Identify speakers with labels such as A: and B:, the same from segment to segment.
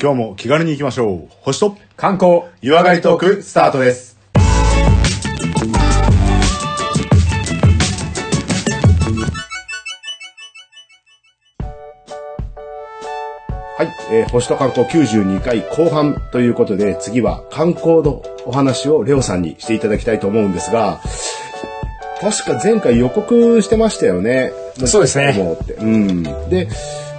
A: 今日も気軽に行きましょう。星と
B: 観光、
A: 湯上がりトークスタートです。
C: はい、えー星と観光92回後半ということで、次は観光のお話をレオさんにしていただきたいと思うんですが、確か前回予告してましたよね。
B: そうですね
C: もうってうん。で、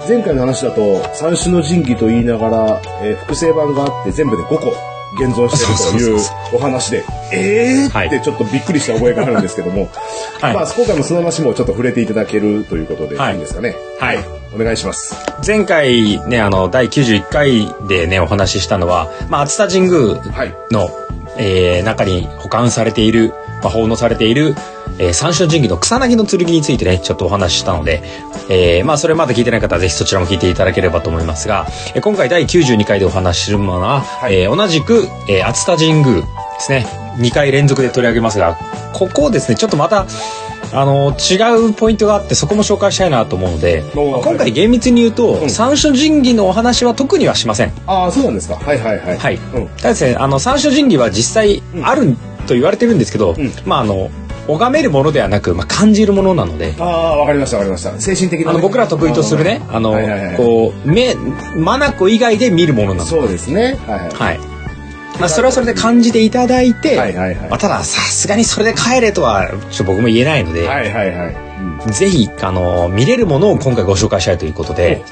C: 前回の話だと、三種の神器と言いながら、えー複製版があって全部で5個現存しているというお話で、え
B: は
C: ー
B: い
C: ってちょっとびっくりした覚えがあるんですけども、
B: はい
C: まあ今回もその話もちょっと触れていただけるということでい
B: はい
C: いんですかね。
B: はい
C: お願いします。
B: 前回ね、あの、第91回でね、お話ししたのは、まあ、熱田神宮
C: はい
B: の、えー中に保管されている、まあ、奉納されている、えー三種の神器の草薙の剣についてね、ちょっとお話ししたので、えーまあ、それまだ聞いてない方はぜひそちらも聞いていただければと思いますが、えー今回第92回でお話しするものは、えー同じく、えー熱田神宮ですね、2回連続で取り上げますが、ここをですね、ちょっとまた、あの違うポイントがあってそこも紹介したいなと思うので、
C: おー
B: まあ今回厳密に言うと、三種神器のお話は特にはしません。
C: ああ、そうなんですか。はいはいはい。
B: はい。
C: うん。
B: ただですね、あの三種神器は実際あると言われてるんですけど、
C: ん
B: まああの拝めるものではなく、まあ、感じるものなので。
C: ああ、わかりましたわかりました。精神的なね、
B: あの僕ら得意とするね、あの、
C: はいはいはい
B: こう、目、マナコ以外で見るものな
C: あー。
B: の。
C: そうですね。はいはい。
B: はい。まあ、それはそれで感じていただいて、
C: はいはいはい
B: まあ、ただ、さすがにそれで帰れとは、ちょっと僕も言えないので、
C: はいはいはい。
B: ぜひ、あの、見れるものを今回ご紹介したいということで、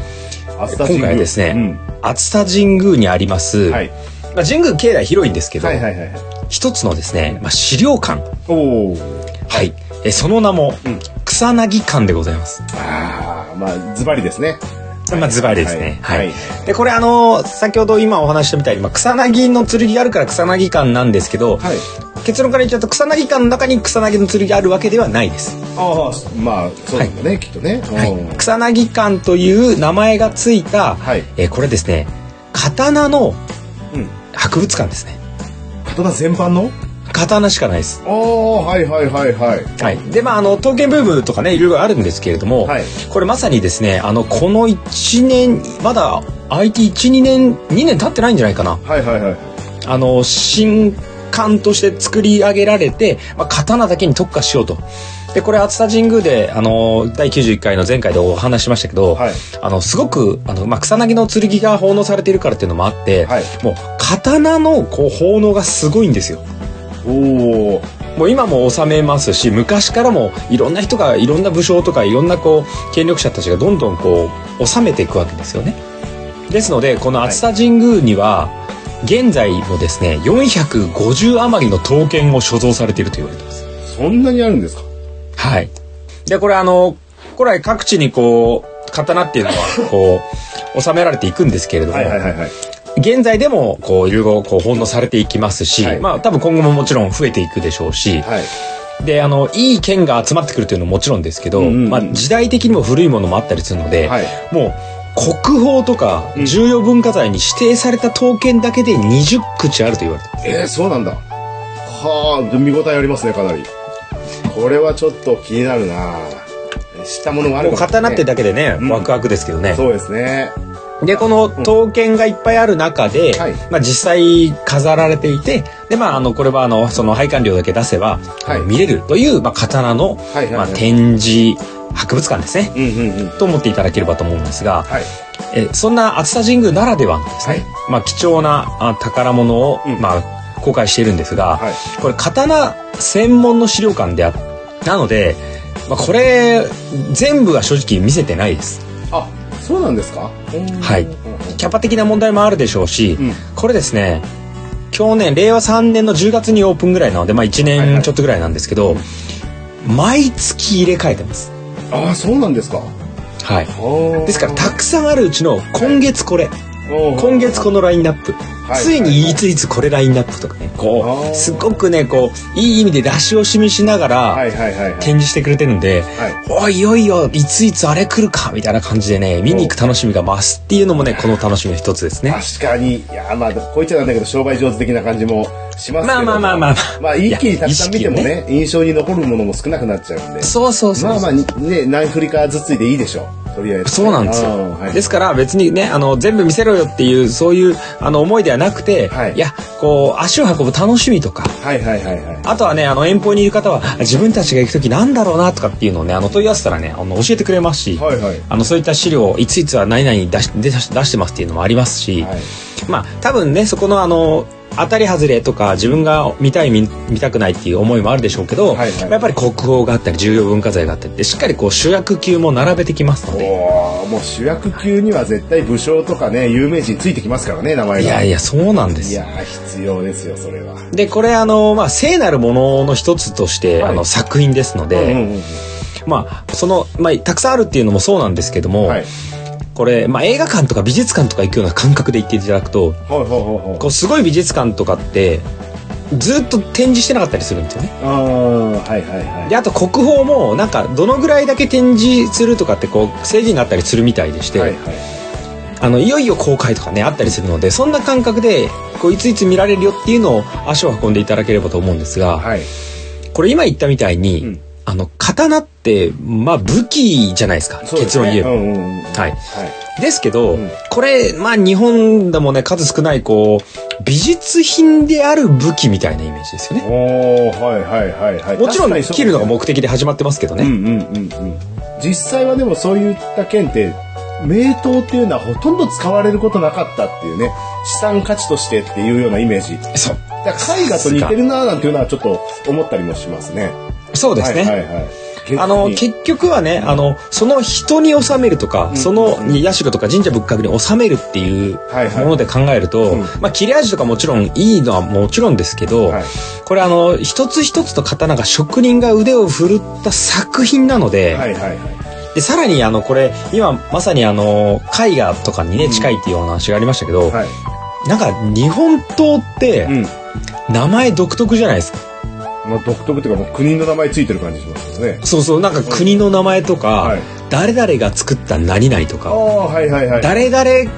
C: 熱
B: 今回はですね、熱田神宮にあります、
C: うん。はい。
B: まあ、神宮境内広いんですけど、
C: はいはいはいはい。
B: 一つのですね、まあ、資料館、
C: おお。
B: はい、えその名も、
C: うん
B: 草薙館でございます。
C: ああ、まあ、ズバリですね。
B: まあ、ズバリですね。
C: は
B: はいい。で、これあの、先ほど今お話ししたみたいに、まあ、草薙の剣があるから草薙館なんですけど、
C: はい。
B: 結論から言っちゃうと草薙館の中に草薙の剣があるわけではないです。
C: ああ、まあ、そうだね、きっとね。
B: は
C: うん
B: い。草薙館という名前がついた、
C: はい
B: えーこれですね、刀の
C: うん。
B: 博物館ですね。
C: 刀全般の
B: 刀しかないです。
C: ああ、はいはいはいはい。
B: はい、でまああの刀剣ブームとかねいろいろあるんですけれども、
C: はい
B: これまさにですねあのこの1年まだ IT12 年2年経ってないんじゃないかな
C: はいはいはい。
B: あの新刊として作り上げられて、まあ、刀だけに特化しようと。でこれ熱田神宮であの第91回の前回でお話ししましたけど、
C: はい
B: あのすごくあの、まあ、草薙の剣が奉納されているからっていうのもあって、
C: はい
B: もう刀のこう奉納がすごいんですよ。
C: おお。
B: もう今も収めますし昔からもいろんな人がいろんな武将とかいろんなこう権力者たちがどんどんこう収めていくわけですよね。ですのでこの熱田神宮には現在もですね450余りの刀剣を所蔵されていると言われてます。
C: そんなにあるんですか
B: はい。でこれあの古来各地にこう刀っていうのはこう収められていくんですけれども、
C: はいはいはいはい。
B: 現在でもこういろいろこう奉納されていきますし、
C: はい
B: まあ多分今後ももちろん増えていくでしょうし、
C: はい。
B: であのいい剣が集まってくるというのももちろんですけど、
C: うんうんうん
B: まあ、時代的にも古いものもあったりするので、
C: はい
B: もう国宝とか
C: うん
B: 重要文化財に指定された刀剣だけで20口あると言われてます
C: えー、そうなんだ。はあ、見応えありますね、かなり。これはちょっと気になるな知ったものがある
B: もう刀ってだ
C: け
B: けでね、
C: うん
B: ワクワクですけどね。
C: そうですね。
B: で、この刀剣がいっぱいある中で、
C: はい
B: まあ実際飾られていて、で、まああの、これはあの、その配管料だけ出せば、
C: はい
B: 見れるという、まあ刀の、
C: いはいはい
B: まあ展示、博物館ですね。
C: うんうんうん。
B: と思っていただければと思うんですが、
C: はい。
B: えそんな熱田神宮ならではのですね、
C: はい
B: まあ、貴重なあ宝物を、
C: うん
B: まあ、公開しているんですが、
C: はい
B: これ刀専門の資料館であなので、まあ、これ全部は正直見せてないです。
C: あ、そうなんですか
B: はい
C: うんうん
B: キャパ的な問題もあるでしょうし、
C: うん
B: これですね去年令和3年の10月にオープンぐらいなので、まあ、1
C: はいは
B: 年
C: い
B: ちょっとぐらいなんですけど、毎月入れ替えてます。
C: ああ、そうなんですか
B: はい、
C: おー
B: ですからたくさんあるうちの今月これ、
C: おー
B: 今月このラインナップ
C: はい
B: ついにいついつこれラインナップとかねこ
C: あー
B: うすごくねこういい意味で出し惜しみしなが
C: は
B: ら
C: いはいはいはい。
B: 展示してくれてるんで、
C: はい
B: おいいよいよいついつあれ来るかみたいな感じでね見に行く楽しみが増すっていうのもねこの楽しみの一つですね。
C: 確かに、いや、まあ、こう言っちゃなんだけど、商売上手的な感じもしますけど。
B: まあまあまあまあまあ
C: まあ、一気にたくさん見ても
B: いや
C: ね、印象に残るものも少なくなっちゃうんで。
B: そうそうそうそう
C: まあまあ、ね、何振りかずついでいいでしょう。とりあえず。
B: そうなんです
C: あー
B: よ。
C: はい
B: ですから別にね、あの、全部見せろよっていう、そういう、あの、思いではなくて、
C: はい
B: いや、こう、足を運ぶ楽しみとか、
C: はいはいはいはい。
B: あとはね、あの、遠方にいる方は、自分たちが行くときなんだろうなとかっていうのをね、あの、問い合わせたらね、あの、教えてくれますし、
C: はいはい。
B: あの、そういった資料、いついつは何々出し出し出してますっていうのもありますし、
C: はい
B: まあ、多分ね、そこのあの、当たり外れとか自分が見たい見見たくないっていう思いもあるでしょうけど、
C: はいはい
B: やっぱり国宝があったり重要文化財があったりってしっかりこう主役級も並べてきますので
C: おーもう主役級には絶対武将とかね、有名人ついてきますからね、名前が。
B: いやいや、そうなんです
C: いや
B: よ。
C: ー、必要ですよ、それは。
B: で、これ、あの、まあ、聖なるものの一つとして、
C: はい
B: あの、作品ですの
C: うん
B: で、
C: うんうん
B: まあ、その、まあ、たくさんあるっていうのもそうなんですけども、
C: はい。はい
B: これ、まあ、映画館とか美術館とか行くような感覚で行っていただくと、
C: ほうほうほうほ
B: こう、すごい美術館とかって、ずっと展示してなかったりするんですよね。
C: う。ああー、はいはいはい。
B: で、あと国宝も、なんか、どのぐらいだけ展示するとかって、こう、制限があったりするみたいでして、
C: はいはい。
B: あの、いよいよ公開とかね、あったりするので、そんな感覚で、こう、いついつ見られるよっていうのを足を運んでいただければと思うんですが、
C: はい。
B: これ今言ったみたいに、
C: うん
B: あの刀ってまあ武器じゃないですか
C: そうで
B: 結
C: す
B: 論
C: ね
B: 言えば、
C: うんうんうん。
B: は
C: は
B: い
C: い。
B: ですけど、
C: うん
B: これまあ日本でもね数少ないこう美術品である武器みたいなイメージですよね
C: おーはいはいはいはい。
B: もちろ
C: 確
B: ん、
C: かにそう
B: 切るのが目的で始まってますけどね、
C: うんうんうんうん。実際はでもそういった剣って、名刀っていうのはほとんど使われることなかったっていうね、資産価値としてっていうようなイメージ。だ
B: そう
C: から絵画と似てるなーなんていうのはちょっと思ったりもしますね。
B: そうですね、
C: はいはいはい。
B: あの
C: 結
B: 結局はねあのその人に納めるとか、
C: うん
B: その社とか神社仏閣に納めるっていう
C: はいはい
B: もので考えると、
C: うん
B: まあ、切れ味とかもちろんいいのはもちろんですけど、
C: はい
B: これあの一つ一つと刀が職人が腕を振るった作品なので,、
C: 構はいはいはい。
B: でさらにあのこれ今まさにあの絵画とかにね近いっていうお話がありましたけど、
C: はい。
B: なんか日本刀って
C: うん。
B: 名前独特じゃないですか。
C: まあ独特というかもう国の名前ついてる感じしますよね。
B: そうそうなんか国の名前とか、
C: はい
B: 誰々が作った何々と
C: あ
B: か。
C: あ、はいはいはい。
B: 誰々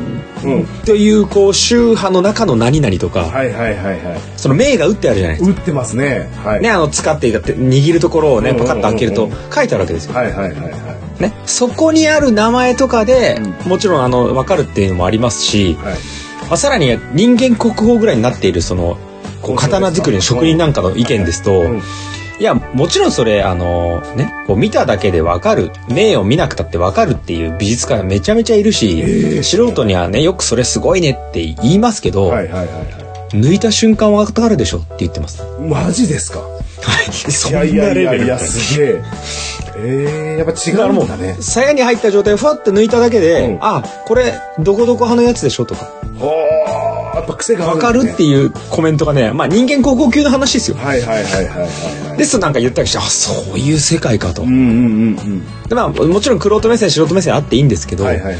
C: うん。
B: というこう宗派の中の何々とか、
C: はいはいはいはい。
B: その銘が打ってあるじゃないです
C: 打ってますね。はい。
B: か。ね、あの使っていたって握るところをね
C: うんうんうん
B: パ
C: うん
B: カッと開けると書いてあるわけですよ、
C: はいはいはいはい。
B: ね、そこにある名前とかで、
C: う
B: もちろんあの分かるっていうのもありますし、
C: はい。
B: まあ、さらに人間国宝ぐらいになっているその
C: そ
B: こう
C: うですか
B: 刀作りの職人なんかの意見ですと、
C: うん
B: いやもちろんそれあのねこう見ただけで分かる名を見なくたって分かるっていう美術家がめちゃめちゃいるし、
C: ええ
B: 素人にはねよくそれすごいねって言いますけど、
C: はいはいはいは。
B: 抜いた瞬間分かるでしょって言ってます。はい
C: マジですか
B: い、そ
C: い
B: んな
C: や
B: レ
C: いやいや
B: ベル
C: いや、すげえ。ええやっぱ違
B: だから
C: う
B: も
C: んだね
B: う、。鞘に入った状態をふわって抜いただけで、
C: うん
B: あ、これ、どこどこ派のやつでしょとか、
C: ほー、やっぱ癖がある、
B: わ
C: ね。
B: かるっていうコメントがね、まあ人間高校級の話ですよ。
C: はいはいはいはいはいはい。
B: ですとなんか言ったりして、あ、そういう世界かと。
C: うんうんうん
B: でまあもちろん玄人目線、素人目線あっていいんですけ
C: う
B: ど、
C: ん。はいはいはい。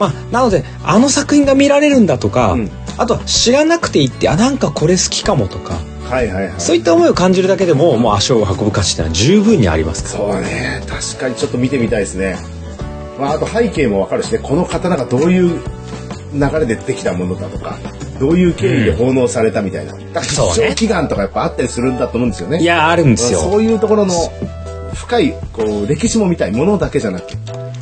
B: まあなので、あの作品が見られるんだとか、
C: うん
B: あとは知らなくていいって、あ、なんかこれ好きかもとか、
C: はいはいはい。
B: そういった思いを感じるだけでも、もう足を運ぶ価値ってのは十分にありますから。
C: そうね。確かにちょっと見てみたいですね。まあ、あと背景もわかるしね、この刀がどういう流れでできたものだとか、どういう経緯で奉納されたみたいな。だから必
B: そうね
C: 勝祈願とかやっぱあったりするんだと思うんですよね。
B: いや、あるんですよ。
C: そういうところの深いこう歴史も見たいものだけじゃなくて。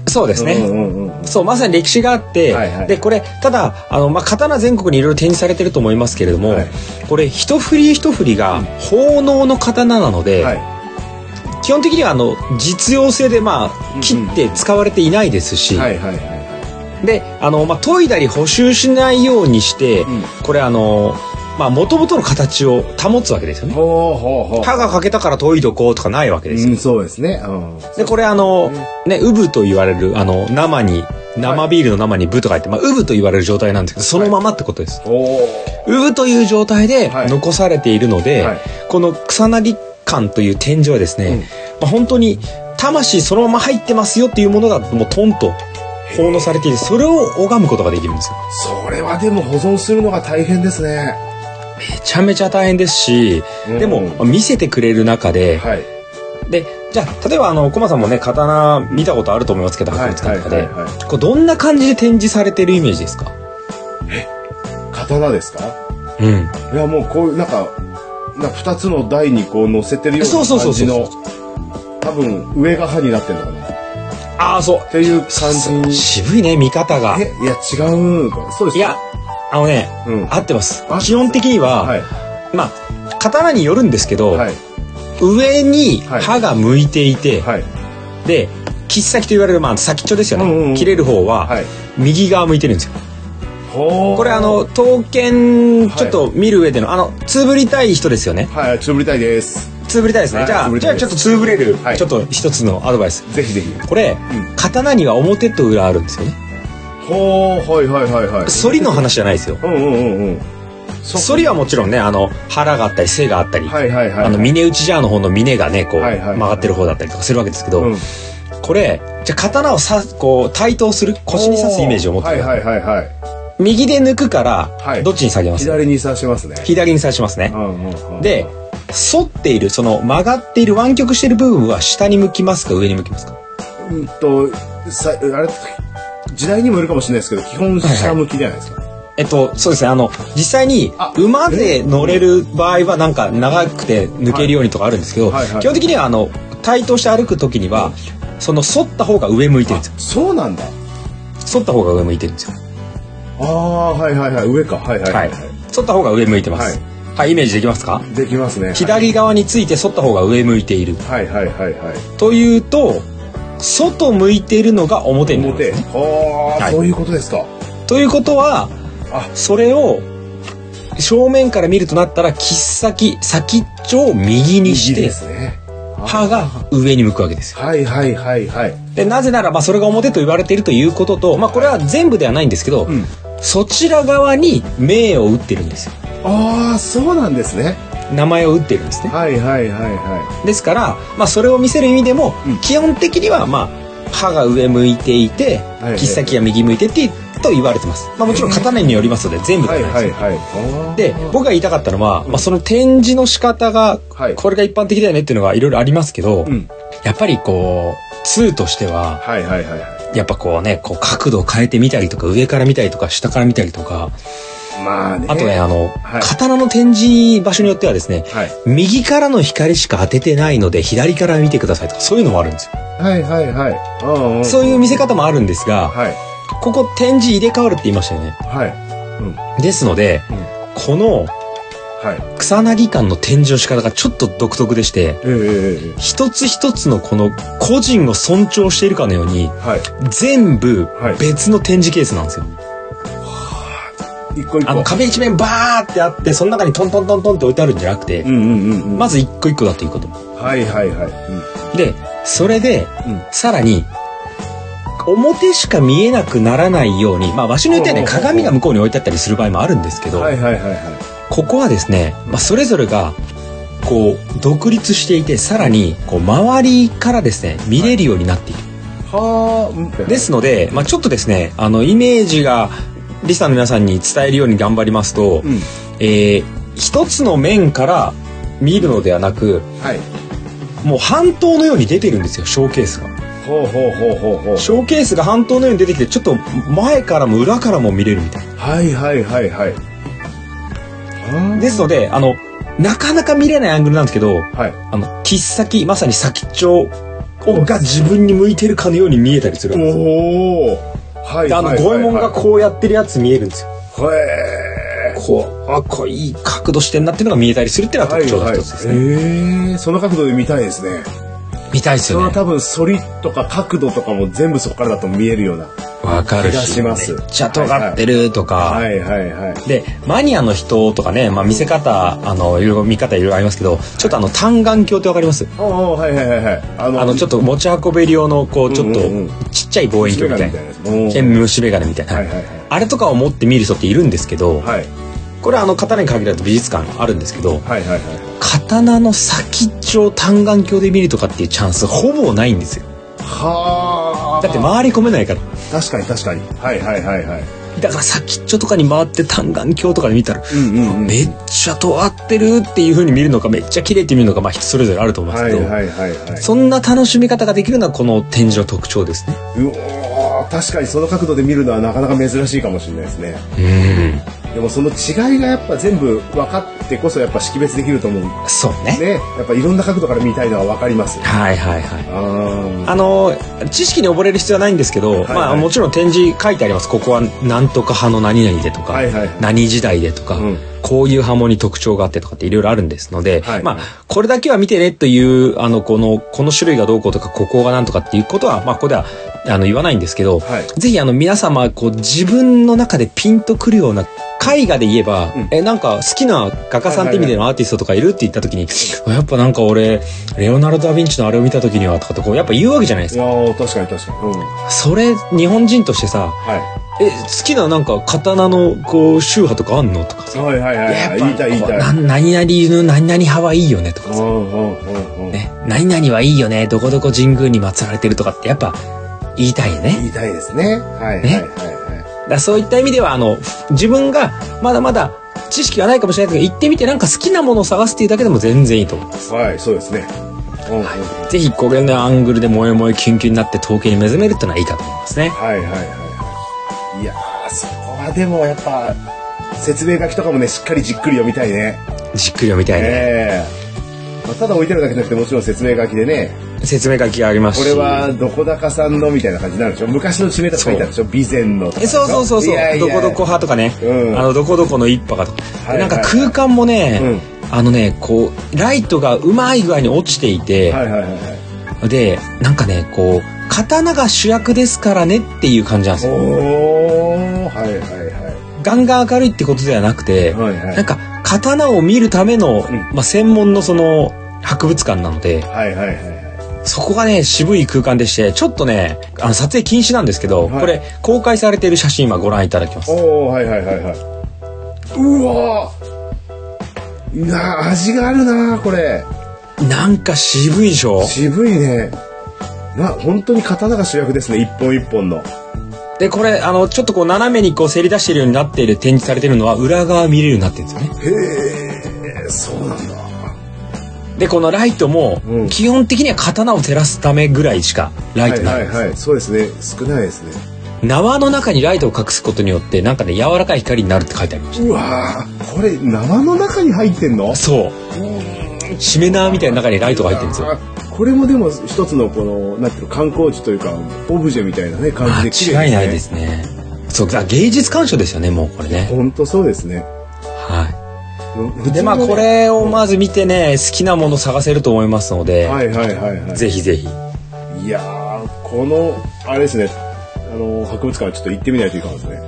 B: そうですね。
C: うんうんうんうん
B: そうまさに歴史があって、
C: はいはい
B: でこれただあの、まあ、刀全国にいろいろ展示されてると思いますけれども、
C: はい
B: これ一振り一振りが奉納の刀なので、
C: は
B: 基本的にはあの実用性で、ま
C: うん
B: あ、切って使われていないですし、
C: いはいはいは
B: であの、まあ、研いだり補修しないようにして、
C: うん
B: これあのもともとの形を保つわけですよ
C: い。
B: ね。
C: ほうほうほう。
B: 刃が欠けたから研いどこうとかないわけですよ
C: うん、そうですね。うん。
B: で、これあの、ね、ウブと言われる、あの、生に、生ビールの生にブと書いて、まあ、ウブと言われる状態なんですけど、そのままってことです。
C: おー
B: ウブという状態で
C: はい
B: 残されているので、
C: はい
B: この草薙館という展示はですね、
C: うん
B: まあ、本当に魂そのまま入ってますよっていうものがもうトンと奉納されていて、それを拝むことができるんですよ。
C: それはでも保存するのが大変ですね。
B: めちゃめちゃ大変ですし、
C: うん
B: でも、まあ見せてくれる中で、
C: はい。
B: で、じゃあ、例えば、あの、コマさんもね、刀見たことあると思いますけど、博物館とかで、
C: い。
B: こうどんな感じで展示されてるイメージですか
C: 刀ですか
B: うん。
C: いや、もうこういう、なんか、なんか二つの台にこう乗せてるよう
B: そうそう
C: な感
B: そう
C: じ
B: そう
C: の、多分上が歯になってるのかな。っ
B: ああ、そう。
C: ていう感じに。
B: 渋いね、見方が。
C: え、いや、違うんか。そうです
B: いや、あのね、
C: うん。
B: 合ってます
C: あ。
B: 基本的には、
C: はい。
B: まあ、刀によるんですけど、
C: はい。
B: 上に刃が向いていて、
C: はい。
B: で、切っ先と言われる、まあ、先っちょですよね。
C: うんうんうん
B: 切れる方は、
C: はい。
B: 右側向いてるんですよ。
C: ほー
B: これ、あ、の、刀剣、ちょっと見る上での、あの、つぶりたい人ですよね。
C: はい、つぶりたいです。
B: つぶりたいですね。
C: はい
B: じゃ
C: つ
B: あ、
C: ぶり
B: じゃ
C: た
B: あ
C: い
B: ち
C: です
B: ょっとつぶれる、
C: はい
B: ちょっと一つのアドバイス。
C: ぜひぜひ。
B: これ、
C: ん
B: 刀には表と裏あるんですよね。
C: ほー、はいはいはいはい。
B: 反りの話じゃないですよ。
C: うんうんうんうん。
B: 反りはもちろんね、あの、腹があったり、背があったり、
C: はいはいはい。
B: あの、峰打ちジャーの方の峰がね、こう、
C: はいはいはい
B: 曲がってる方だったりとかするわけですけど、
C: うん
B: これ、じゃあ刀をさ、こう、対等する、腰に刺すイメージを持って
C: は
B: く
C: い
B: ださい
C: はいはいはい。
B: 右で抜くから、
C: はい
B: どっちに下げます
C: 左に刺しますね。
B: 左に刺しますね
C: う。んうんうん
B: で、反っている、その曲がっている湾曲している部分は下に向きますか、上に向きますか
C: うんと、さ、あれ、時代にもよるかもしれないですけど、基本下向きじゃないですか。
B: えっと、そうですね。あの、実際に
C: あ、
B: 馬で乗れる場合は、なんか、長くて抜けるようにとかあるんですけ
C: は
B: ど、
C: いはいはい
B: 基本的には、あの、対等して歩くときには、その、反った方が上向いてるんですよ。
C: そうなんだ。
B: 反った方が上向いてるんですよ。
C: ああ、はいはいはい。上か。はいはいはい。
B: 反った方が上向いてます。
C: は
B: はい、イメージできますか
C: できますね。
B: 左側について反った方が上向いている。
C: はいはいはいはい。
B: というと、外向いているのが表になるんで
C: 表。
B: すね。
C: はあ、
B: はい
C: そういうことですか。
B: ということは
C: あ、
B: それを、正面から見るとなったら、切っ先、先っちょを右にし
C: 右
B: て
C: で、すね。
B: 歯が上に向くわけですよ。
C: はいはいはいはい。
B: でなぜならばそれが表と言われているということと、まあ、これは全部ではないんですけど、
C: うん
B: そちら側に名を打ってるんですよ
C: ああ、そうなんですね。
B: 名前を打ってるんですね
C: はいはいはいは
B: ですから、まあ、それを見せる意味でも、
C: うん
B: 基本的にはまあ歯が上向いていて
C: はい
B: 切っ先が右向いてってと言われてます、まあ、もちろん刀によりますので全
C: い。
B: 部で
C: は
B: はいないです、
C: はいはい。
B: で僕が言いたかったのは、まあ、その展示の仕方が
C: はい
B: これが一般的だよねっていうのがいろいろありますけど、
C: うん。
B: やっぱりこう2としては
C: はいはいはいは
B: やっぱこうね、こう角度を変えてみたりとか、上から見たりとか、下から見たりとか、
C: い。まあね。
B: あとね、あの、
C: はい
B: 刀の展示場所によってはですね、
C: はい。
B: 右からの光しか当ててないので、左から見てくださいとか、そういうのもあるんですよ。
C: はいはいはい。うんうん。
B: そういう見せ方もあるんですが、
C: はい。
B: ここ展示入れ替わるって言いましたよね。
C: はい。
B: ですので、
C: うん
B: この
C: はい。
B: 草薙館の展示の仕方がちょっと独特でして、
C: えええ
B: 一つ一つのこの個人を尊重しているかのように、
C: えはい。
B: 全部
C: はい
B: 別の展示ケースなんですよ。
C: 一個一
B: あの
C: 個。
B: 壁一面バーってあってその中にトントントントンって置いてあるんじゃなくて、
C: うんうんうんうん。
B: まず一個一個だということ
C: はいはいはい。うん
B: でそれで、
C: うん
B: さらに表しか見えなくならないようにまあ場所によってはね
C: おうおうおう
B: 鏡が向こうに置いてあったりする場合もあるんですけど、
C: はいはいはいはい。
B: ここはですね、まあ、それぞれがこう独立していてさらにこう周りからですね見れるようになっている、
C: はあ。
B: ですので、まあ、ちょっとですねあのイメージがリスナーの皆さんに伝えるように頑張りますと、
C: うん。
B: えー一つの面から見るのではなく
C: はい。
B: もう半島のように出てるんですよショーケースが
C: ほうほうほうほうほう。
B: ショーケースが半島のように出てきてちょっと前からも裏からも見れるみたい
C: はいはいはいはい。
B: な
C: は
B: ですのであのなかなか見れないアングルなんですけど
C: あはい。
B: あの切っ先まさに先っちょをが自分に向いてるかのように見えたりするわけですよ
C: おお。はいはいはいはい。
B: であの五右衛門がこうやってるやつ見えるんですよ
C: う。へえ。
B: こうあこういい角度してんなっていうのが見えたりするっていうのが特徴の一つですね、
C: はいはい、ええその角度で見たいですね。
B: 見たいで
C: そ
B: す
C: れ
B: よ
C: は
B: ね
C: 多分、反りとか角度とかも全部そこからだと見えるような。
B: わかる
C: 気がし
B: しめっ
C: ます
B: ちゃ尖ってるとか、
C: はいはいはい。
B: でマニアの人とかね、まあ、見せ方あのいろいろ見方いろいろありますけどちょっとあの単眼鏡ってわかります
C: おうおうはいはいはいはい。あの
B: あのちょっと持ち運べる用のこうちょっと
C: うんうん
B: ちっちゃい望遠鏡みたいな
C: み
B: で虫眼鏡みたい
C: はい
B: な
C: はいはい。
B: あれとかを持って見る人っているんですけど
C: はい
B: これはあの刀に限らず美術館あるんですけど
C: はいはいはい。
B: 刀の先っちょを単眼鏡で見るとかっていうチャンスほぼないんですよ
C: は
B: だって回り込めないから。
C: 確かに確かに。はいはいはいはい。
B: だから先っちょとかに回って単眼鏡とかで見たら、
C: うんうんうん。
B: めっちゃ尖ってるっていう風に見るのか、めっちゃ綺麗って見るのか、まあ人それぞれあると思うんです
C: は
B: け
C: い
B: ど、
C: はいはいはい。
B: そんな楽しみ方ができるのはこの展示の特徴ですね。
C: うおー確かにその角度で見るのはなかなか珍しいかもしれないですね。
B: うん。
C: でもその違いがやっぱ全部分かってこそやっぱ識別できると思うん
B: そうね。
C: で、ね、やっぱいろんな角度から見たいのは分かります。
B: はいはいはい。
C: あー
B: あの知識に溺れる必要はないんですけど、
C: いはい
B: まあ、もちろん展示書いてありますここはなんとか派の何々でとか、
C: はいはいはい
B: 何時代でとか、
C: うん
B: こういう波紋に特徴があってとかっていろいろあるんですので、
C: はいはい
B: まあ、これだけは見てねというあのこのこの種類がどうこうとかここがなんとかっていうことは、まあ、ここではあの言わないんですけど、
C: はい
B: ぜひあの皆様こう自分の中でピンとくるような絵画で言えば、
C: うん
B: えなんか好きな画家さんって意味でのアーティストとかいるって言った時に、 やっぱなんか俺レオナルド・ダ・ヴィンチのあれを見た時にはとかってこうやっぱ言うわけじゃないです
C: い
B: か。
C: やー確かに確かに。うん。
B: それ日本人としてさ
C: は
B: え好きななんか刀のこう宗派とかあんのとか
C: い。
B: さ
C: はいはいはい。言いたい言い
B: こう
C: たい。
B: な何々の何々派はいいよねとか
C: う
B: さ、
C: んうんうんうん。
B: ね、何々はいいよねどこどこ神宮に祀られてるとかってやっぱ言いたいよね。
C: 言いたいですね。はいはいはい
B: ね
C: は
B: だからそういった意味ではあの自分がまだまだ知識がないかもしれないけど行ってみてなんか好きなものを探すっていうだけでも全然いいと思う
C: い。はい、そうですね。うんうんうん
B: ぜひこれのアングルで萌え萌えキュンキュンになって統計に目覚めるってのはいいかと思いますね
C: はいはいはいはい。いやー、そこはでもやっぱ、説明書きとかもね、しっかりじっくり読みたいね。
B: じっくり読みたいね、
C: ええまあただ置いてあるだけじゃなくて、もちろん説明書きでね、
B: 説明書きがあります
C: こ
B: し
C: れはどこだかさんのみたいな感じになるでしょ昔の地名とか書いてあるでしょ備前のとか
B: え
C: でしょ
B: そうそうそうそう
C: いやいや
B: どこどこ派とかね、
C: うん
B: あのどこどこの一派かとか、
C: はいはいはい
B: なんか空間もね、あのねこうライトがうまい具合に落ちていて、
C: はいはいはいはい。
B: でなんかねこう刀が主役ですからねっていう感じなんですよ
C: おー、はいはいはい。
B: ガンガン明るいってことではなくて、
C: はいはい
B: なんか刀を見るための、
C: ん
B: まあ、専門のその博物館なので
C: はいはいはいは
B: そこがね渋い空間でしてちょっとねあの撮影禁止なんですけど、
C: はい
B: これ公開されている写真今ご覧いただきま
C: い。
B: す
C: おー、はいはいはいはい。うわーいやー味があるなーこれ。
B: なんか渋いでしょ
C: 渋いね。な、本当に刀が主役ですね、一本一本の。
B: でこれあのちょっとこう斜めにこうせり出してるようになっている展示されてるのは裏側見れるようになってるんですよね
C: へえ、そうなんだ。
B: でこのライトも、
C: うん
B: 基本的には刀を照らすためぐらいしかラ
C: は
B: イト
C: い
B: ない、
C: はいはい。そうですね。少ないですね。
B: 縄の中にライトを隠すことによってなんかね柔らかい光になるって書いてありまし
C: うわーこれ縄の中に入ってんの
B: たそうしめ縄みたいな中にライトが入ってるんですよ。
C: よ。これもでも一つのこのなんていうの観光地というかオブジェみたいなね感
B: あ
C: じで綺麗
B: 違いないですね。そうだ芸術鑑賞ですよねもうこれね。
C: 本当そうですね。
B: は
C: 普通の
B: い。
C: ね
B: でまあこれをまず見てね好きなもの探せると思いますので、
C: はいはいはいは
B: ぜひぜ
C: い。
B: ひ。
C: いやーこのあれですね。あの博物館はちょっと行ってみないといかんですね。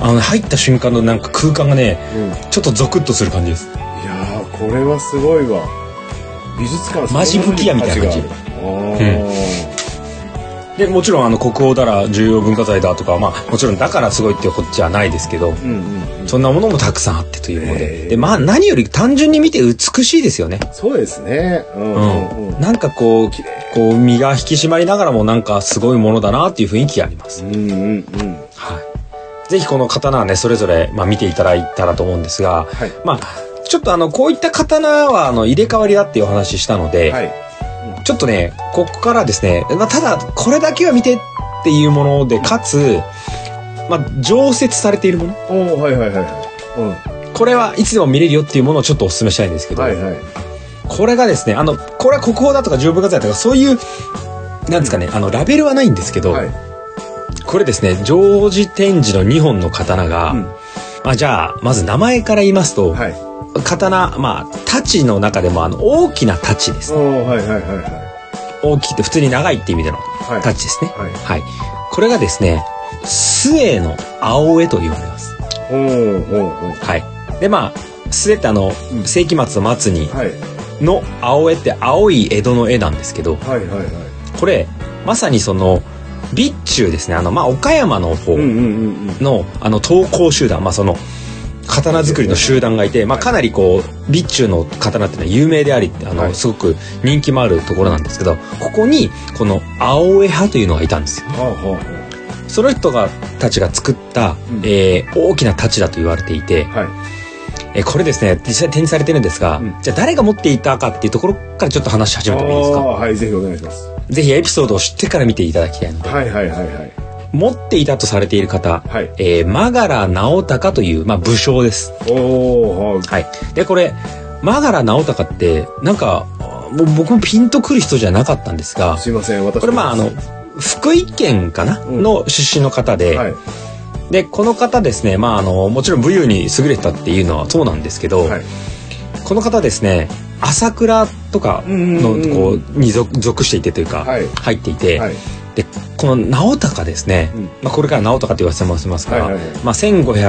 B: あの入った瞬間のなんか空間がね
C: うん。いや
B: ちょっとゾクッとする感じです。
C: ーこれはすごいわ。美術館
B: マジ武器屋みたいな感じ
C: そのものに価値がある。あー
B: でもちろんあの国宝だら重要文化財だとかまあもちろんだからすごいってこっちはないですけど。
C: うんうんうん。
B: そんなものもたくさんあってというので。
C: えー
B: で、まあ何より単純に見て美しいですよね。
C: そうですね。うんうんうん。
B: なんかこう、
C: 麗
B: こう身が引き締まりながらもなんかすごいものだなっていう雰囲気があります。
C: うんうんうん。
B: はい。ぜひこの刀はね、それぞれ、まあ、見ていただいたらと思うんですが、
C: はい
B: まあ、ちょっとあの、こういった刀は、あの、入れ替わりだっていうお話ししたので、
C: はい。
B: ちょっとね、ここからですね、まあ、ただ、これだけは見てっていうもので、かつ、まあ、常設されているもの、
C: おおはいはいはいは
B: これはいつでも見れるよっていうものをちょっとお勧めしたいんですけ
C: い。うん。
B: ど、
C: はいはい。
B: これがですね、あの、これは国宝だとか重文化財だとか、そういう、なんですかね、あの、ラベルはないんですけど、
C: はい。
B: これですね、ジョージ展示の2本の刀が、
C: うん
B: まあ、じゃあ、まず名前から言いますと、
C: はい。
B: 刀、まあ、太刀の中でも、あの、大きな太刀です
C: お
B: ね。
C: おはいはいはいは
B: 大きいって普通に長いって意味での
C: い。は
B: 太
C: い。
B: 刀ですね。
C: はい。
B: はい。これがですね、末の青江と言われます。
C: おおおお
B: はい。で、まあ、末ってあの
C: うん、
B: 世紀末の末に、
C: はい
B: の青江って青い江戸の絵なんですけど、
C: はいはいはい。
B: これ、まさにその、備中ですね、あの、まあ、岡山の方
C: うんうんうんうん。
B: の、あの、投稿集団、まあ、その、刀作りの集団がいて、まあ、かなりこう備中の刀っていうのは有名でありあの、
C: はい
B: すごく人気もあるところなんですけどここにこの青江派というのがいたんですよ。
C: はあは
B: その人がたちが作った、
C: うん
B: えー大きな太刀だと言われていて、
C: あはい。
B: えーこれですね実際展示されてるんですが、
C: うん
B: じゃあ誰が持っていたかっていうところからちょっと話し始めてもいいです
C: あ
B: か
C: ーはい、ぜひお願いします。
B: ぜひエピソードを知ってから見ていただきたいので
C: はいはいはいはい。
B: 持っていたとされている方、
C: はい。
B: えー、マガラ直高という、まあ、武将です。
C: おー、
B: はい。で、これ、マガラ直高って、なんか、あもう僕もピンとくる人じゃなかったんですが
C: は、すいません、私も
B: これまああの、福井県かな、
C: うん
B: の出身の方で、
C: はい。
B: で、この方ですね、まああの、もちろん武勇に優れたっていうのはそうなんですけど、
C: はい。
B: この方ですね、朝倉とかの、
C: うんうんうん
B: こう、に属属していてというか、
C: はい
B: 入っていて、
C: はい。
B: でこの直高ですね、
C: うん
B: まあ、これから直高って言わせてますから、
C: はいはいはい
B: まあ、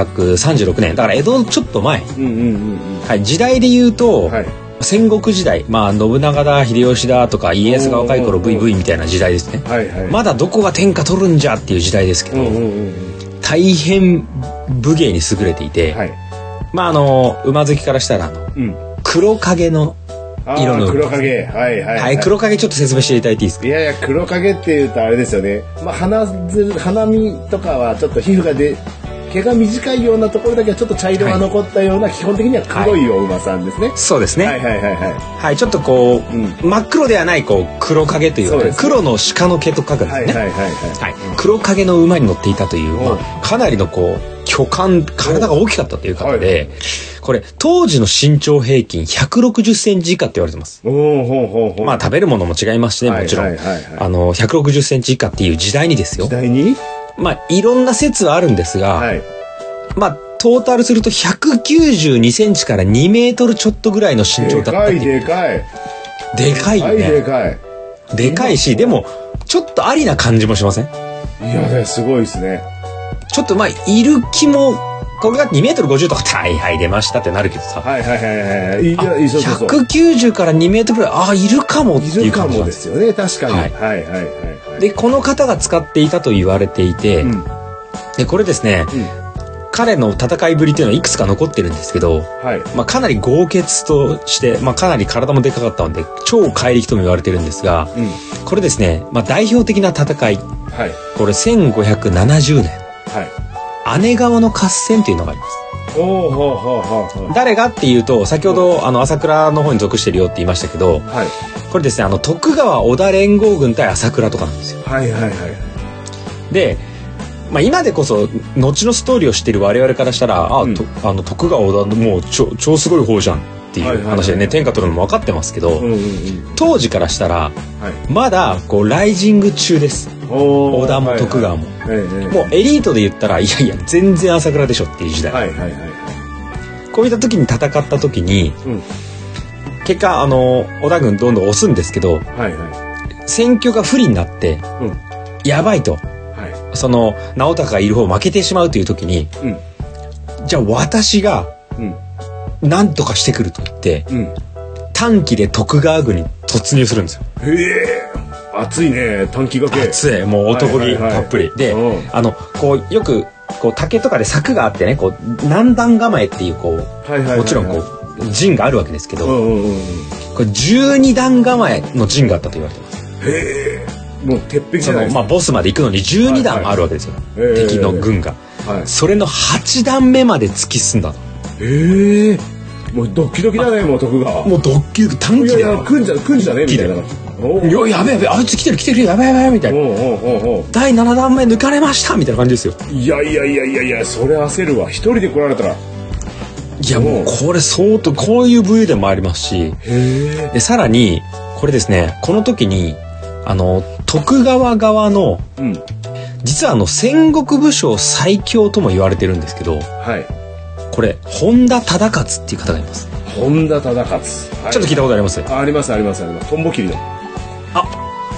B: 1536年だから江戸のちょっと前、
C: うんうんうん
B: はい、時代で言うと、
C: うん。はい。
B: 戦国時代、まあ、信長だ秀吉だとか家康が若い頃
C: おー
B: VV みたいな時代ですね
C: はいはい。
B: まだどこが天下取るんじゃっていう時代ですけ
C: う
B: ど、
C: んうんうんう
B: 大変武芸に優れていて、
C: ん。はい。
B: まああの馬好きからしたらあの
C: うん。
B: 黒影の、
C: あー
B: 色の
C: 黒影。はいはい。
B: はい、黒影ちょっと説明していただいていいですか
C: いやいや、黒影って言うとあれですよね。まあ、鼻ずる、鼻身とかはちょっと皮膚がで、毛が短いようなところだけはちょっと茶色が残ったような、基本的には黒いお馬さんですね。
B: そうですね、
C: はいはいはいはい。
B: はい、ちょっとこう、
C: う
B: 真っ黒ではないこう黒影というか
C: そうですね
B: 黒の鹿の毛と書くんです
C: はい
B: ね、
C: はい
B: はい
C: はいはい。
B: 黒影の馬に乗っていたという、
C: おう
B: まあ、かなりのこう巨漢体が大きかったという方で、これ当時の身長平均160センチ以下って言われてます。
C: おーほうほうほう。
B: まあ食べるものも違いますしね、
C: はい
B: もちろん。
C: はいはいはい
B: あの、160センチ以下っていう時代にですよ
C: 時。代に
B: まあいろんな説はあるんですが、
C: はい。
B: まあトータルすると192センチから2メートルちょっとぐらいの身
C: で
B: 長だったっ
C: か
B: て
C: い
B: いう。
C: でかい。
B: でかいよ
C: は
B: ね。
C: いでかい。
B: でかいし、でも、ちょっとありな感じもしません
C: いやいや、すごいですね。
B: ちょっとまあ、いる気も、これが2メートル50とか、はいはい出ましたってなるけどさ。
C: はいはいはいはい。いや、いいそうそうそう。
B: 190から2メートルぐらい、ああ、いるかもって
C: い
B: いう
C: るか
B: 感じな
C: も
B: ん
C: で
B: です。
C: すよね、確かに。
B: は
C: はいいはいはいはい。
B: で、この方が使っていたと言われていて、
C: うん。
B: で、これですね、
C: うん
B: 彼の戦いぶりっていうのはいくつか残ってるんですけど、
C: はい。
B: まあ、かなり豪傑として、まあ、かなり体もでかかったので、超怪力とも言われてるんですが、
C: うん。
B: これですね、まあ、代表的な戦い、
C: はい。
B: これ1570年、
C: はい。
B: 姉川の合戦というのがあります。
C: おーほうほうほうほう。
B: 誰がっていうと先ほどあの朝倉の方に属してるよって言いましたけど
C: はい。
B: これですねあの徳川織田連合軍対朝倉とかなんですよ。
C: はいはいはい。
B: で、まあ、今でこそ後のストーリーを知ってる我々からしたらあ、
C: うん
B: とあの徳川織田のもう超超すごい方じゃんってい
C: はいは
B: う
C: いはい
B: 話でね天下取るのも分かってますけど、
C: うんうんうん。
B: 当時からした
C: は
B: ら
C: い。
B: まだこうライジング中です
C: お
B: 織田も徳川
C: も。
B: も。
C: はいはいええええ
B: もうエリートで言ったらいやいや全然朝倉でしょっていう時代、
C: はいはいはいはい。
B: こういった時に戦った時に
C: うん。
B: 結果あの織田軍どんどん押すんですけど
C: はいは
B: 選挙が不利になって、
C: うん
B: やばいと、
C: い。は
B: その、直隆がいる方負けてしまうという時に、
C: い。うん。
B: じゃあ私が
C: うん。
B: 何とかしてくると言って、
C: うん。
B: 短期で徳川軍に突入するんですよ。
C: へえ。熱いね。短期がけ。
B: 熱い、もう男
C: はい
B: 気
C: はいはい
B: たっぷり。で
C: う、
B: あの、こう、よく、こう、竹とかで柵があってね、こう、南段構えっていう、こう、
C: はいはいはいはい
B: もちろんこう、陣があるわけですけ
C: う
B: ど、
C: んうんうんうん。
B: これ12段構えの陣があったと言われてます。
C: もう鉄壁じ
B: そ
C: ゃない
B: の、
C: です
B: まあ、
C: か。
B: ボスまで行くのに12段あるわけですよ。
C: はいはい
B: 敵の軍が。
C: はい。
B: それの8段目まで突き進んだの。
C: へえ。もうドッキドキだね、もう徳川。
B: もうドッキリ、短
C: い
B: 期
C: やい
B: で。
C: や、来んじゃ、来んじゃねみたいな。おう
B: いや、やべえやべえ、あいつ来てる来てる、やべえやべえ、みたい
C: お
B: な。
C: うおうおうおう
B: 第7段目抜かれましたみたいな感じですよ。
C: いやいやいやいやいや、それ焦るわ。一人で来られたら。へ
B: いや、もうこれ相当、こういう武勇でもありますし。
C: え。
B: で、さらに、これですね、この時に、あの、徳川側の、
C: うん。
B: 実はあの、戦国武将最強とも言われてるんですけど、
C: はい。
B: これ、本田忠勝っていう方がいます。
C: 本田忠勝。はい
B: ちょっと聞いたことあります
C: あありますありますあります。トンボ切りの。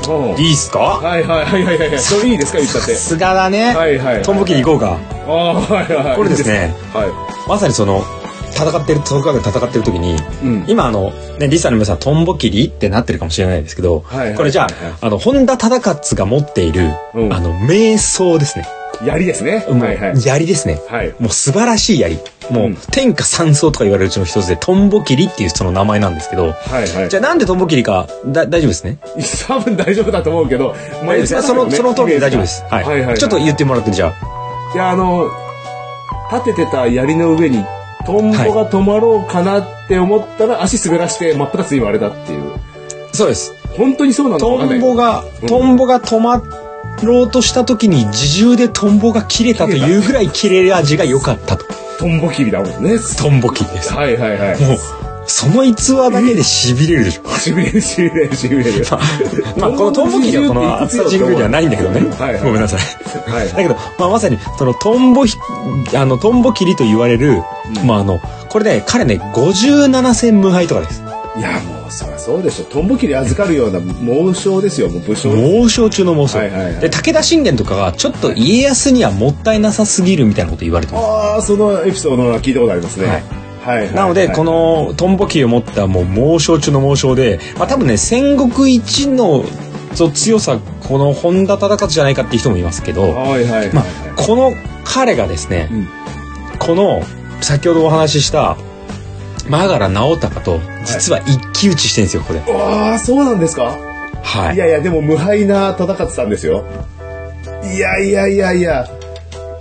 C: うん
B: いいっすか
C: はいはいはいはいはい。それいいですか言ったって。
B: すがだね
C: はいはいはい。
B: トンボ切り行こうか。
C: ああ、はいはいはい。
B: これですね
C: いいです。は
B: まさにその戦ってる徳川軍と戦ってる時に、
C: うん
B: 今あの、ね、リサの皆さんトンボ切りってなってるかもしれないですけど、
C: はいはい
B: これじゃあ,、
C: はい
B: あの本田忠勝が持っている、
C: うん
B: あの瞑想ですね、
C: い。槍ですね。
B: もう
C: はいはい。
B: 槍ですね
C: はい。
B: もう素晴らしい槍も
C: う
B: うん天下三層とか言われるうちの一つで、トンボキリっていうその名前なんですけど、
C: はいはい。
B: じゃあなんでトンボキリか、だ、大丈夫ですね。
C: 多分大丈夫だと思うけど、まあ
B: えその、その通りで大丈夫です。はい。
C: はいはい。
B: ちょっと言ってもらって、じゃ
C: いや、あの、立ててた槍の上に、トンボが止まろうかなって思ったら、足滑らして真っ二つに割れたっていう。
B: あ。そうです。
C: 本当にそうなのかわ
B: ト
C: かんな
B: ン
C: い。
B: ボが
C: うん、
B: トンボが止まろうとした時に自重でトンボが切れたというぐらい切れ味が良かったと。
C: トンボ切りだもんね。
B: トンボ切りです。も
C: はいはいはい。
B: う、その逸話だけで痺れるで しょ。
C: しびれるしびれるしびれる。
B: まあ、このトンボ切りはこの熱さ神宮ではないんだけどね。
C: はいはい
B: ごめんなさい。
C: はい
B: だけど、まあ、まさに、その、トンボひ、あの、トンボ切りと言われる、まあ、あの、これね、彼ね、57戦無敗とかです。
C: いや、もう、そりゃそうでしょ。トンボ切り預かるような猛将ですよ、もう武将。
B: 猛将中の猛将。
C: はいはいはい
B: で、武田信玄とかが、ちょっと家康にはもったいなさすぎるみたいなこと言われてます。
C: ああ、そのエピソードは聞いたことありますね。
B: はい
C: はい。はい
B: なので、こ
C: の、
B: のトンボキを持ったもう猛将中の猛将で、まあ多分ね、戦国一のそう強さ、この本田忠勝じゃないかっていう人もいますけど、
C: はいはいはいはい。
B: まあ、この彼がですね、
C: うん
B: この先ほどお話しした、マガラ直隆と、実は一騎打ちしてるんですよ、ここで。
C: ああ、そうなんですか
B: はいい。
C: やいや、でも無敗な戦ってたんですよ。いやいやいやいや。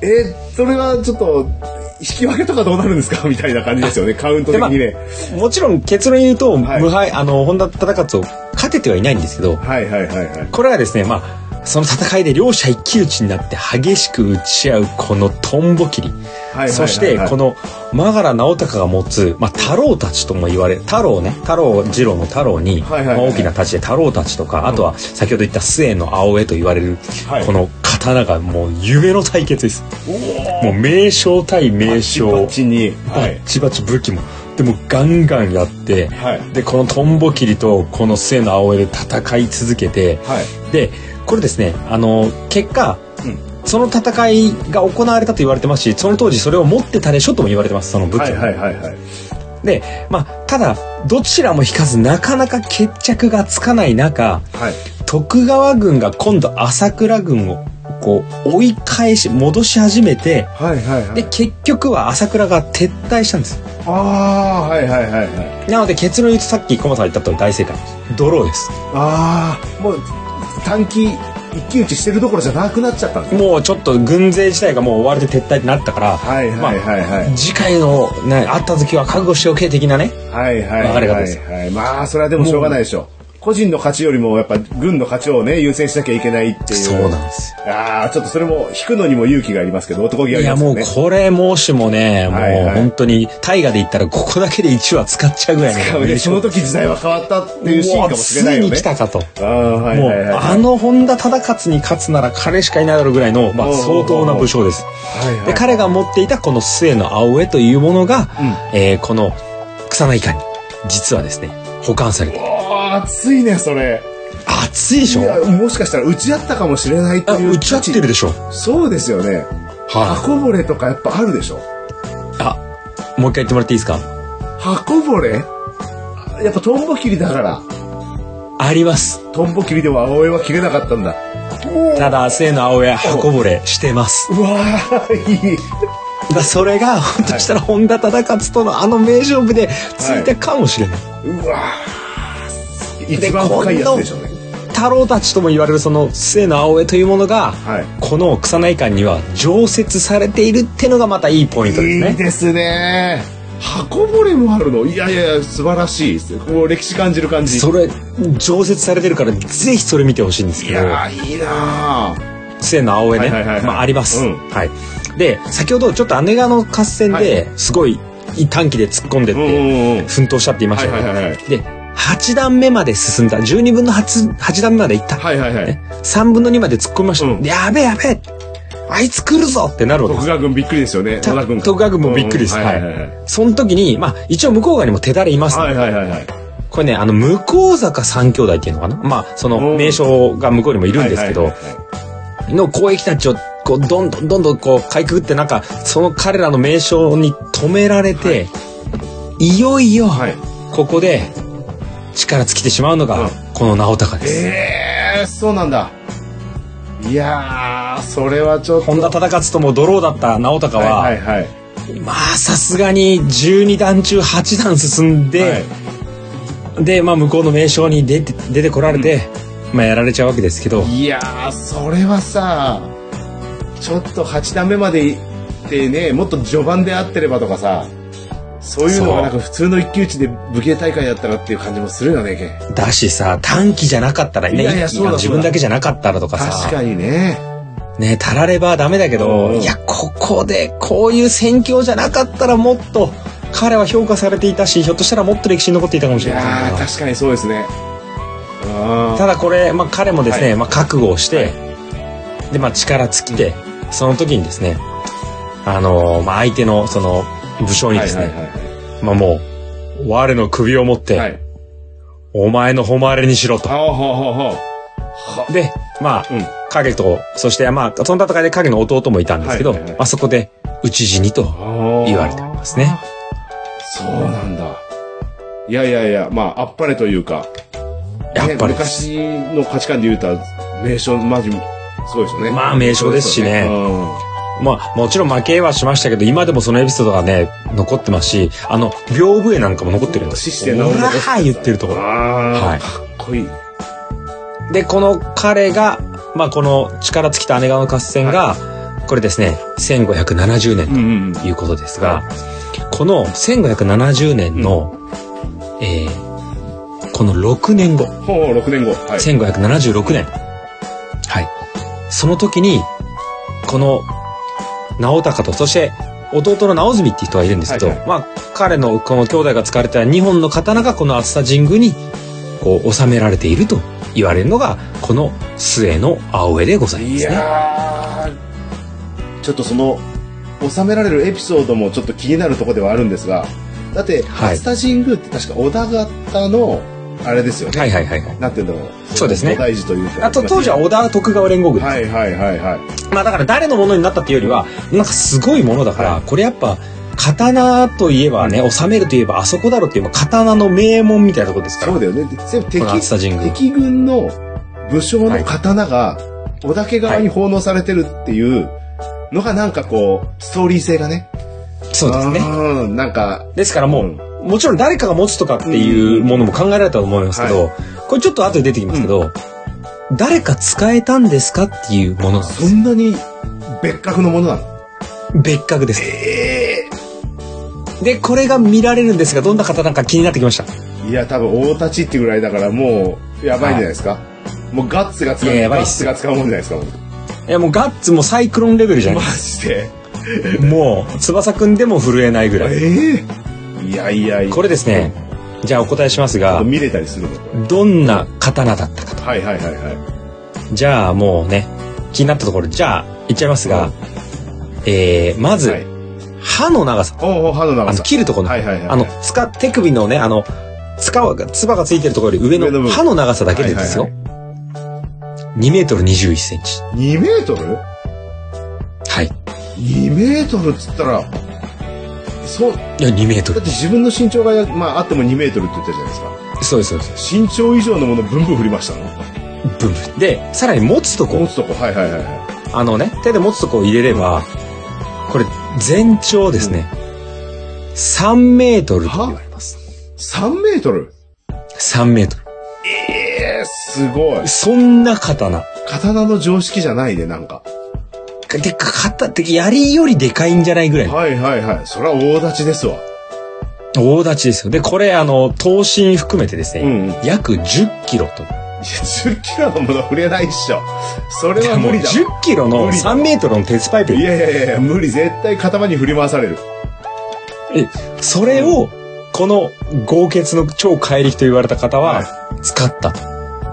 C: えー、それはちょっと、引き分けとかどうなるんですかみたいな感じですよね、カウント的にね。
B: もちろん結論言うと、
C: はい
B: 無敗、あの、本田忠勝を勝ててはいないんですけど、
C: はいはいはいはい。
B: これがですね、まあ、その戦いで両者一騎打ちになって激しく打ち合うこのトンボ切り。
C: はい
B: そして、こ
C: の、
B: の、マガラ直隆が持つ、まあ、太郎たちとも言われる、太郎ね、太郎、二郎の太郎に、ま
C: は
B: あ
C: いはいはい
B: 大きな太刀で太郎たちとか、あとは、先ほど言った末の青江と言われる
C: はい、
B: この刀がもう夢の対決です。もう名将対名
C: こ
B: 将
C: っ、ちに。は
B: バ
C: い
B: ッ。チバチ武器も、でもガンガンやって、
C: はい。
B: で、このトンボ切りと、この末の青江で戦い続けて、
C: はい。
B: でこれですねあの結果、
C: うん
B: その戦いが行われたと言われてますしその当時それを持ってたでしょとも言われてますその武器、
C: はいはいはいはい。
B: でまあただどちらも引かずなかなか決着がつかない中
C: はい。
B: 徳川軍が今度朝倉軍をこう追い返し戻し始めて
C: はいはいは
B: で
C: い。
B: 結局は朝倉が撤退したんです
C: ああ、はいはいはいはい。
B: なので結論言うとさっき駒さん言った通り大正解ドローです
C: ああ、もう、短期、一騎打ちしてるどころじゃなくなっちゃったんですね。
B: もうちょっと軍勢自体がもう終われて撤退になったから、
C: はいはいはいはい。
B: 次回の、ね、会った時は覚悟しておけ的なね。
C: はいはい
B: 流
C: はい
B: れが
C: は
B: です
C: い、はい。まあ、それはでもしょうがないでしょう。個人の勝ちよりも、やっぱ軍の勝ちをね、優先しなきゃいけないっていう。
B: んですよ。
C: ああ、ちょっとそれも、引くのにも勇気がありますけど、男気あ
B: い
C: り
B: や
C: ます
B: も
C: よ
B: う
C: ね。
B: これもしもね、も
C: はいは
B: う
C: い
B: 本当に大河で言ったらここだけで1話使っちゃうぐらいの。
C: 多分ねその時時代は変わったっていうシーンかもしれないよ
B: もうつ
C: ね
B: いに来。たかと。も
C: ああ、は
B: う、
C: いはいはい。
B: あの本田忠勝に勝つなら彼しかいないだろうぐらいの、ま
C: おうおう
B: あ
C: おう
B: 相当な武将です。
C: はいはい
B: で、彼が持っていたこの末の青江というものが、えーこの草薙館に、実はですね、保管されてる。
C: ああ、熱いね、それ。
B: 熱いでし
C: いや
B: ょ
C: もしかしたら打ち合ったかもしれないって
B: あ
C: いう。
B: 打ち合ってるでしょ
C: そうですよね。
B: は
C: 箱ぼれとかやっぱあるでしょ。
B: い。あ、もう一回言ってもらっていいですか
C: 箱ぼれやっぱトンボ切りだから。
B: あります。
C: トンボ切りでは青江は切れなかったんだ。
B: ただ、生の青江、箱ぼれしてます。
C: うわー、いい。
B: だそれが、ほんとしたら、本田忠勝とのあの名勝負で、ついたかもしれない。
C: うわー一番深いやつでしょうね。
B: 太郎たちとも言われる、その生の青江というものが、
C: はい。
B: この草内館には常設されているってのがまたいいポイントです
C: いい
B: ね。
C: ですね。箱ぼれもあるのいやいやいや、素晴らしいですよ。もう歴史感じる感じ。
B: それ、常設されてるから、ぜひそれ見てほしいんです
C: い
B: けど。
C: やー、いいなー
B: 末の青江ね、
C: はいはいはいはい
B: まあ、あります、
C: うん
B: はい、で先ほどちょっと姉川の合戦ですごい短期で突っ込んでっ
C: うん
B: て
C: うんうん。
B: 奮闘したって言いま
C: は
B: し
C: い
B: た
C: は
B: よ
C: い
B: ね、
C: はいはい。
B: で8段目まで進んだ12分の 8, 8段目まで行った、
C: はいはいはい
B: ね。、3分の2まで突っ込みました、
C: うん
B: やべえやべえあいつ来るぞってなるわけ
C: 徳
B: です
C: 川軍びっくりですよね。
B: た
C: 野田軍
B: 徳川軍もびっくりです
C: うんうんはいはいはい。
B: その時に、まあ、一応向こう側にも手だれいます、
C: はいはいはいはい。
B: これね、あの、向こう坂三兄弟っていうのかなまあ、そ
C: うん
B: の、名称が向こうにもいるんですけど
C: はい、はいはいはい
B: の攻撃たちをこうどんどんどんどんこうかいくぐってなんかその彼らの名称に止められて、い、よいよ
C: はい
B: ここで力尽きてしまうの
C: うん
B: がこの直隆です。
C: えー、そうなんだ。いやー、それはちょっと。
B: 本田忠勝ともドローだった直隆は、
C: はいはいはい。
B: まあさすがに12段中8段進ん
C: は
B: で、で、まあ、向こうの名称に出て出てこられて、まあやられちゃうわけですけど
C: い、いやー、それはさ、ちょっと8段目まで行ってね、もっと序盤で合ってればとかさ、そういうのがなんか普通の一騎打ちで武芸大会だったらっていう感じもするよね、け
B: だしさ短期じゃなかったらね
C: いやいや
B: 一気
C: そう
B: に
C: だ
B: 自分だけじゃなかったらとか
C: 確
B: さ
C: かにね。
B: ねたらればダメだけど、
C: うん
B: いやここでこういう戦況じゃなかったらもっと彼は評価されていたしひょっとしたらもっと歴史に残っていたかも
C: い
B: しれない
C: やー、確かにそうですね。あ
B: ただこれ、まあ、彼もですね、まあ、覚悟をして、で、まあ、力尽きて、その時にですね、あのーまあ、相手の、その、武将
C: ー
B: に
C: は
B: で
C: い
B: すね、
C: はいは
B: まあ、もう、我の首を持って、
C: い。はい。
B: お前の誉れにしろと。
C: ああ、ほうほうほう。
B: で、まあ、
C: うん
B: 影と、そして、まあ、その戦いで影の弟もいたんですけど、
C: はいはいはい
B: まあ、そこで、討ち死にと。言われておりますね。
C: そうなんだ。いやいやいや、まあ、あっぱれというか、
B: やっぱ
C: ね
B: りです、
C: 昔の価値観で言うたら、名称、マジ、そうですよね。
B: まあ名将ですしねまあ、もちろん負けはしましたけど、今でもそのエピソードがね、残ってますし、あの、屏風絵なんかも残ってるんです
C: 死して
B: お
C: なお
B: らはー言ってるところ。は
C: はいい。かっこいい。
B: で、この彼が、まあ、この力尽きた姉川の合戦が、これですね、1570年
C: ん
B: ということですが、この1570年の、えー、この6年後、
C: ほう、6年後。はい。
B: 1576年、はい。その時に、この、直高と、そして、弟の直澄っていう人がいるんですけど、
C: はいは
B: まあ、彼のこの兄弟が使われた2本の刀がこの熱田神宮に、こう、収められていると言われるのが、この末の青江でございま
C: い
B: すね。
C: やーちょっとその、収められるエピソードもちょっと気になるところではあるんですが、だって、
B: はい
C: 熱田神宮って確か織田方の、あれですよね。
B: はいはいはいはい。
C: なんていうんだろう。
B: そうですね
C: 菩提寺というか。
B: あと、当時は織田徳川連合軍です。
C: はいはいはいはい。
B: まあ、だから誰のものになったっていうよりは、なんかすごいものだから、
C: は
B: これやっぱ、刀といえばね、収めるといえばあそこだろうっていう、まあ刀の名門みたいなところですから。
C: そうだよね。で全部敵
B: この熱田神宮
C: 敵軍の武将の刀が、織田家側に奉納されてるっていうのがなんかこう、ストーリー性がね。
B: そうですね。
C: うん、なんか、
B: ですからもう、
C: うん
B: もちろん誰かが持つとかっていうものも考えられたと思いますけど、これちょっと後で出てきますけど、誰か使えたんですかっていうものなんで
C: そ
B: す。
C: んなに別格のものなの
B: 別格です。
C: ええ
B: で、これが見られるんですが、どんな方なんか気になってきました。
C: いや、多分大立ちってぐらいだからもう、やばいんじゃないですか、もうガッツが使う、
B: いややばい
C: ガ
B: っ
C: ッ
B: す
C: ツが使うもんじゃないですか、もう
B: いや、もうガッツもサイクロンレベルじゃな
C: マ
B: い。
C: ジで。
B: もう、翼くんでも震えないぐらい。
C: ええいやいやいや。
B: これですね、じゃあお答えしますが、
C: 見れたりするのこ
B: どんな刀だったか
C: れはいはいはいはい。
B: じゃあもうね、気になったところ、じゃあ、いっちゃいますが、えー、まず、
C: はい、
B: 歯の長さ。
C: おうおう歯の
B: あ
C: 長
B: の、
C: さ。
B: 切るところの、
C: はいはいはい。
B: あの、つか、手首のね、あの、つかが、つばがついてるところより上
C: 上の部
B: の
C: 分
B: 歯の長さだけでですよ。
C: はい
B: 2メートル21センチ。
C: 2メートル
B: はい。い
C: ?2 メートルっつったら、そう、だ
B: や、2メート
C: って
B: ル。
C: 自分の身長が、まああっても2メートルって言ったじゃないですか。
B: そうです、そうです。
C: 身長以上のものブンブン振りましたの
B: ブンブン。で、さらに持つと
C: 持
B: こ、
C: つとこ、はいはいはいは
B: あのね、手で持つとこを入れれば、これ、全長ですね。3メートルと言われます。
C: い。3メートル
B: 3メートル。
C: ええすごい。
B: そんな刀。
C: 刀の常識じゃないね、なんか。
B: で、かかったって、槍よりでかいんじゃないぐらい。
C: はいはいはい。それは大立ちですわ。
B: 大立ちですよ。で、これ、あの、刀身含めてですね、
C: うんうん
B: 約10キロと。
C: いや、10キロのもの振れないっしょ。それ
B: い
C: は
B: やも
C: 無
B: う
C: 理だ。
B: 10キロの
C: 無理だ
B: 3メートルの鉄パイプ
C: いやいやいやいや、無理。絶対刀に振り回される。
B: それを、この豪傑の超怪力と言われた方
C: は
B: は使ったと。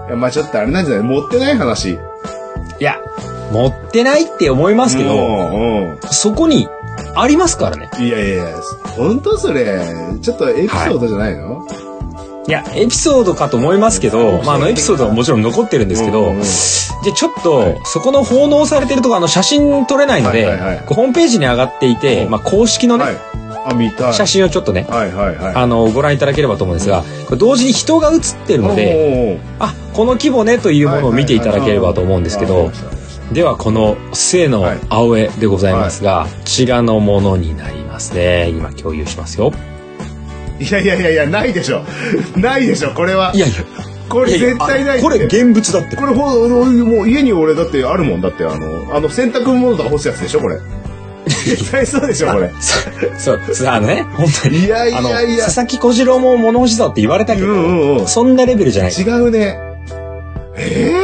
C: いや、まあちょっとあれなんじゃない持ってない話。
B: いや、持ってないって思いますけ
C: う
B: ど、
C: んうん。
B: そこにありますからね。
C: いやいやいや、本当それ、ちょっとエピソードじゃないの、
B: いや、エピソードかと思いますけど、まあ、あのエピソードはもちろん残ってるんですけ
C: う
B: ど、
C: んうんうん
B: じゃあちょっと、そこの奉納されてるとこ、あの、写真撮れないので、
C: はいはいはい
B: ホームページに上がっていて、まあ、公式のね、
C: はい。あ、見たい。
B: 写真をちょっとね、
C: はいはいはい。
B: あの、ご覧いただければと思うんですが、これ同時に人が写ってるので、
C: で、
B: あ、この規模ねというものを見ていただければと思うんですけ
C: はいはい、はい
B: ど
C: わかりましたわかりました
B: ではこの「生の青江」でございますが、こちらのものになりますね今共有しますよ
C: いやいやいやいや、ないでしょ。ないでしょ、これは。
B: いやいや
C: これ絶対ないって
B: これ現物だ って
C: これほど、もう家に俺だってあるもんだって、あの、あの、洗濯物とか干すやつでしょ、 これ。絶対そうでしょ、これ。
B: そうそうあのね本当に
C: いやい
B: あの
C: やいや、
B: 佐々木小次郎も物干しだって言われたけど、
C: うんうんうん
B: そんなレベルじゃない
C: 違うね。え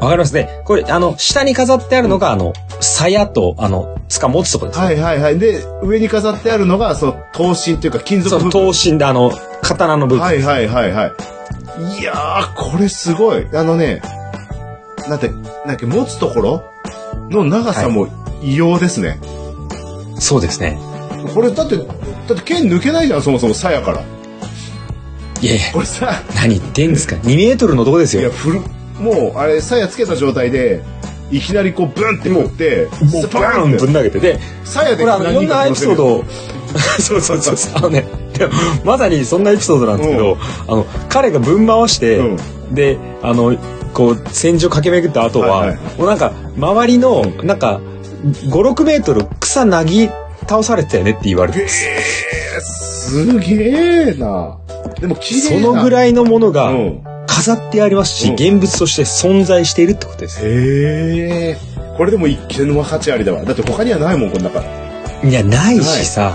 B: わかりますねこれあの下に飾ってあるのが、あの鞘とあの塚持つとこで
C: え
B: すね、
C: はいはいはい。で、上に飾ってあるのが、その、刀身というか、金属
B: その
C: 部
B: 刀身であの刀の部分、
C: はいはいはいはい。いやー、これすごい。あのね、なんて、なんか持つところの長さも異様ですね。
B: そうですね
C: これだって、だって剣抜けないじゃん、そもそも鞘から。
B: いやいや
C: これさ、
B: 何言ってんですか2メートルのとこです
C: いや、
B: よ
C: ふる、もう、あれ、鞘つけた状態で、いきなりこう、ブンって持って、
B: もう
C: スパ
B: バーン
C: ーンっ
B: ぶ
C: て、
B: ん投げてで
C: 鞘
B: こ
C: で
B: れあのいろんなエピソード
C: を。
B: をそうそうそうそうあのねでもまさにそんなエピソードなんですけど、あの彼がぶん回して、
C: うん
B: であのこう戦場駆け巡った後は、
C: はいはい
B: もうなんか周りのなんか56メートル草なぎ倒されてたよねって言われてます
C: すげえな。でも、綺
B: そ
C: 麗な。
B: のぐ
C: い
B: らいのもの
C: う
B: が
C: ん。
B: 飾ってありますし、
C: うん
B: 現物として存在しているってことです
C: へえ。これでも一見の価値ありだわ。だって他にはないもん、こんなから。
B: いや、ないしさ、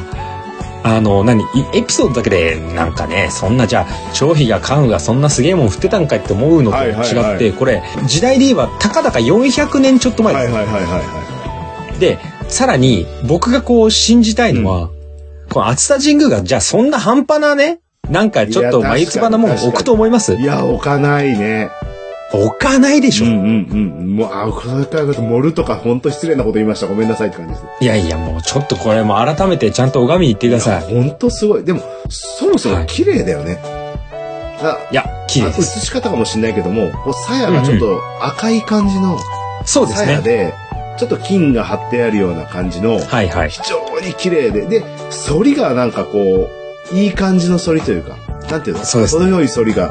B: あの、何、いエピソードだけで、なんかね、そんな、じゃあ、張飛が関羽がそんなすげえもん振ってたんかいって思うのと
C: はい
B: 違って、
C: はいはい
B: これ、時代で言えば、たかだか400年ちょっと前
C: は
B: で
C: い
B: す。
C: はいはいはいは
B: で、さらに、僕がこう、信じたいのは、この熱田神宮が、じゃあ、そんな半端なね、なんかちょっと
C: いや
B: 眉唾なもん
C: 確かに
B: 置くと思います
C: い。いや、置かないね。
B: 置かないでしょ。
C: うんうん。もう、あ、これから盛るとか、ほんと失礼なこと言いました。ごめんなさいって感じです。
B: いやいや、もうちょっとこれも改めてちゃんと拝みに行ってください。
C: ほんとすごい。でも、そもそも綺麗だよね。あ
B: いや、綺麗
C: あ
B: で
C: 映
B: す。
C: し方かもしれないけども、こう、鞘がちょっと赤い感じの
B: そうです
C: 鞘
B: ね。
C: で、ちょっと金が張ってあるような感じの、
B: はいはい。
C: 非常に綺麗で、で、反りがなんかこう、いい感じの反りというか、なんていうの
B: そうですね
C: 程よい反りが、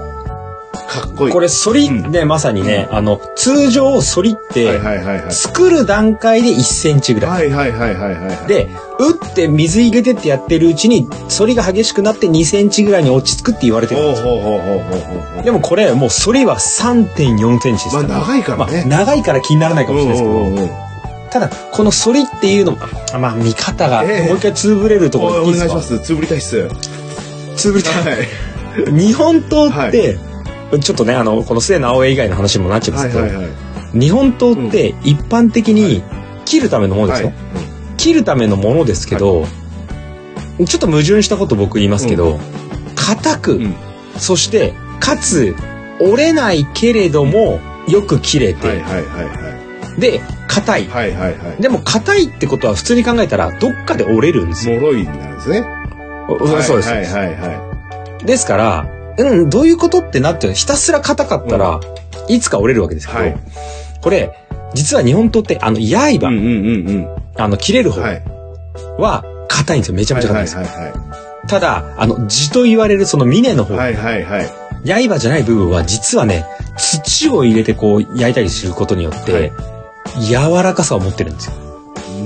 C: かっこいい。
B: これ、反り
C: うん
B: ね、まさにね、あの、通常反りっ
C: はい
B: て、
C: はいはいはい。
B: 作る段階で1センチぐらい。
C: はいはいはいはいはいはい。
B: で、打って水入れてってやってるうちに、反りが激しくなって2センチぐらいに落ち着くって言われてるん
C: ほう
B: ですよ。
C: ほうほうほうほうほうほう。
B: でもこれ、もう反りは3.4センチです
C: まあ
B: から。
C: 長いから
B: まあ、
C: ね。
B: 長いから気にならないかもしれないですけ
C: うんうん
B: ど、
C: うん
B: ただ、この反りっていうのも、あまあ、見方が、も
C: ええ
B: う一回つぶれるところ
C: おお
B: いい
C: 願
B: で
C: い
B: す
C: し
B: か
C: ます。つぶりたいっす。はい。
B: つぶれた。日本刀って、ちょっとね、あの、この末直江以外の話にもなっちゃいます
C: はい
B: けど
C: は、いはい。
B: 日本刀って一般的に切るためのもので
C: は
B: す
C: い
B: よ、切るためのものですけど、ちょっと矛盾したこと僕言いますけど硬く、
C: うん
B: そしてかつ折れないけれどもよく切れて、
C: はいはいは
B: で硬い、
C: いはい。はいはいはい。
B: でも硬いってことは普通に考えたらどっかで折れるんですよ、
C: もろいなんですね。
B: うんそうです、
C: はいはいはいは
B: ですからうんどういうことってなってひたすら硬かったら、いつか折れるわけですけど、
C: はい
B: これ実は日本刀ってあの刃、
C: い。うんうんうんうん。
B: あの切れる方、
C: はい。
B: は硬いんですよ。めちゃめちゃ硬いんですよ。
C: はいは
B: ただ、あの、地と言われるその峰の方、
C: いはいはい。はいはいはい。
B: 刃じゃない部分は実はね、土を入れてこう焼いたりすることによって、
C: はい
B: 柔らかさを持ってるんですよ。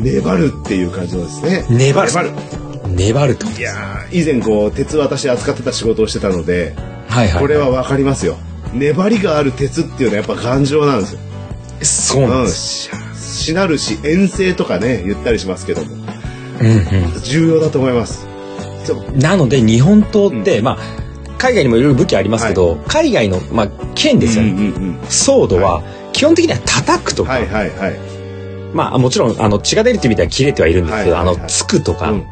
C: 粘るっていう感じのですね。
B: 粘る。
C: 粘る。
B: 粘るってこと
C: い
B: です。
C: やー以前こう、鉄私扱ってた仕事をしてたので、
B: はいはい。
C: これはわかりますよ。粘りがある鉄っていうのはやっぱ頑丈なんですよ。
B: そうなん
C: うん。
B: です。
C: ししなるし、遠征とかね、言ったりしますけども。
B: うんうん。
C: 重要だと思います。そう
B: なので、日本刀って、まあ、海外にもいろいろ武器ありますけど、海外の、まあ、剣ですよね。
C: うんうん
B: ソードは、基本的には叩くと
C: うん。
B: か、
C: はいはいはい。
B: まあ、もちろん、あの、血が出るって意味では切れてはいるんですけど、
C: はいはいはい
B: あの、つくとか、
C: うん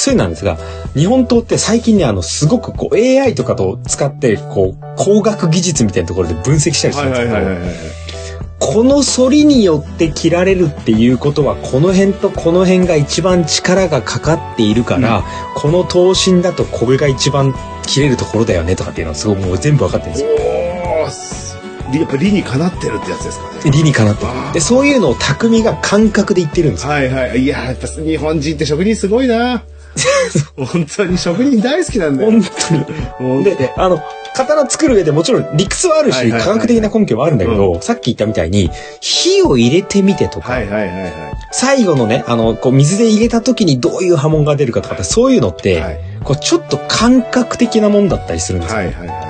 B: そういうのなんですが、日本刀って最近ね、あの、すごくこう、AI とかと使って、こう、工学技術みたいなところで分析したりす
C: は
B: る
C: い
B: ん
C: は
B: です
C: い
B: け
C: はいはい
B: ど、
C: はい。
B: この反りによって切られるっていうことは、この辺とこの辺が一番力がかかっているから、この刀身だとこれが一番切れるところだよねとかっていうのは、すごいもう全部わかってるんですよ。
C: おーすやっぱ理にかなってるってやつですかね。
B: 理にかなってる
C: わあ
B: で、そういうのを匠が感覚で言ってるんですよ。
C: はいはい。いや、やっぱ日本人って職人すごい な。本当に職人大好きなんだよ。
B: 本当に。
C: 本当
B: で、あの、刀作る上でもちろん理屈はある
C: はい
B: し、
C: はいはい
B: 科学的な根拠はあるんだけど、さっき言ったみたいに、火を入れてみてとか
C: は、いはいはいは
B: 最後のね、あの、こう水で入れた時にどういう波紋が出るかとかって、そういうのっ
C: い。
B: て、
C: はい
B: こうちょっと感覚的なもんだったりするんですよ。
C: はいはいは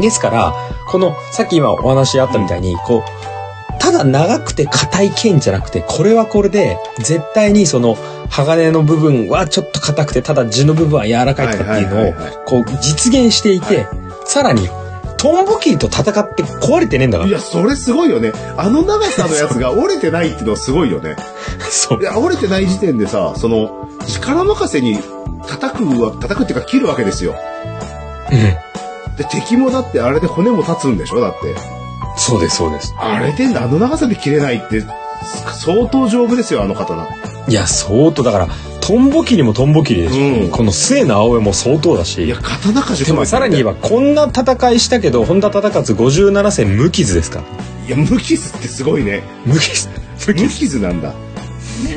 B: ですから、この、さっき今お話あったみたいに、こう、ただ長くて硬い剣じゃなくて、これはこれで、絶対にその、鋼の部分はちょっと硬くて、ただ地の部分は柔らかいとかっていう
C: は
B: の
C: いは
B: を
C: いはいは、
B: こう、実現していて、さらに、トンボキリと戦って壊れてねえんだか
C: い。い
B: ら。
C: や、それすごいよね。あの長さのやつが折れてないってのすごいよね。
B: そう
C: い。や、折れてない時点でさ、その、力任せに叩くわ、叩くっていうか切るわけですよ。
B: うん
C: で、敵もだってあれで骨も立つんでしょだって。
B: そうです、そうです。
C: あれであの長さで切れないって、相当丈夫ですよ、あの刀。
B: いや、相当、だから、トンボキリもトンボキリでしょ。
C: うん
B: この末の青江も相当だ
C: い
B: し
C: や、。刀鍛冶
B: でもさらに言えば、こんな戦いしたけど、本田忠勝57戦無傷ですから。
C: いや、無傷ってすごいね。
B: 無傷
C: 無
B: 無傷
C: 傷なんだ。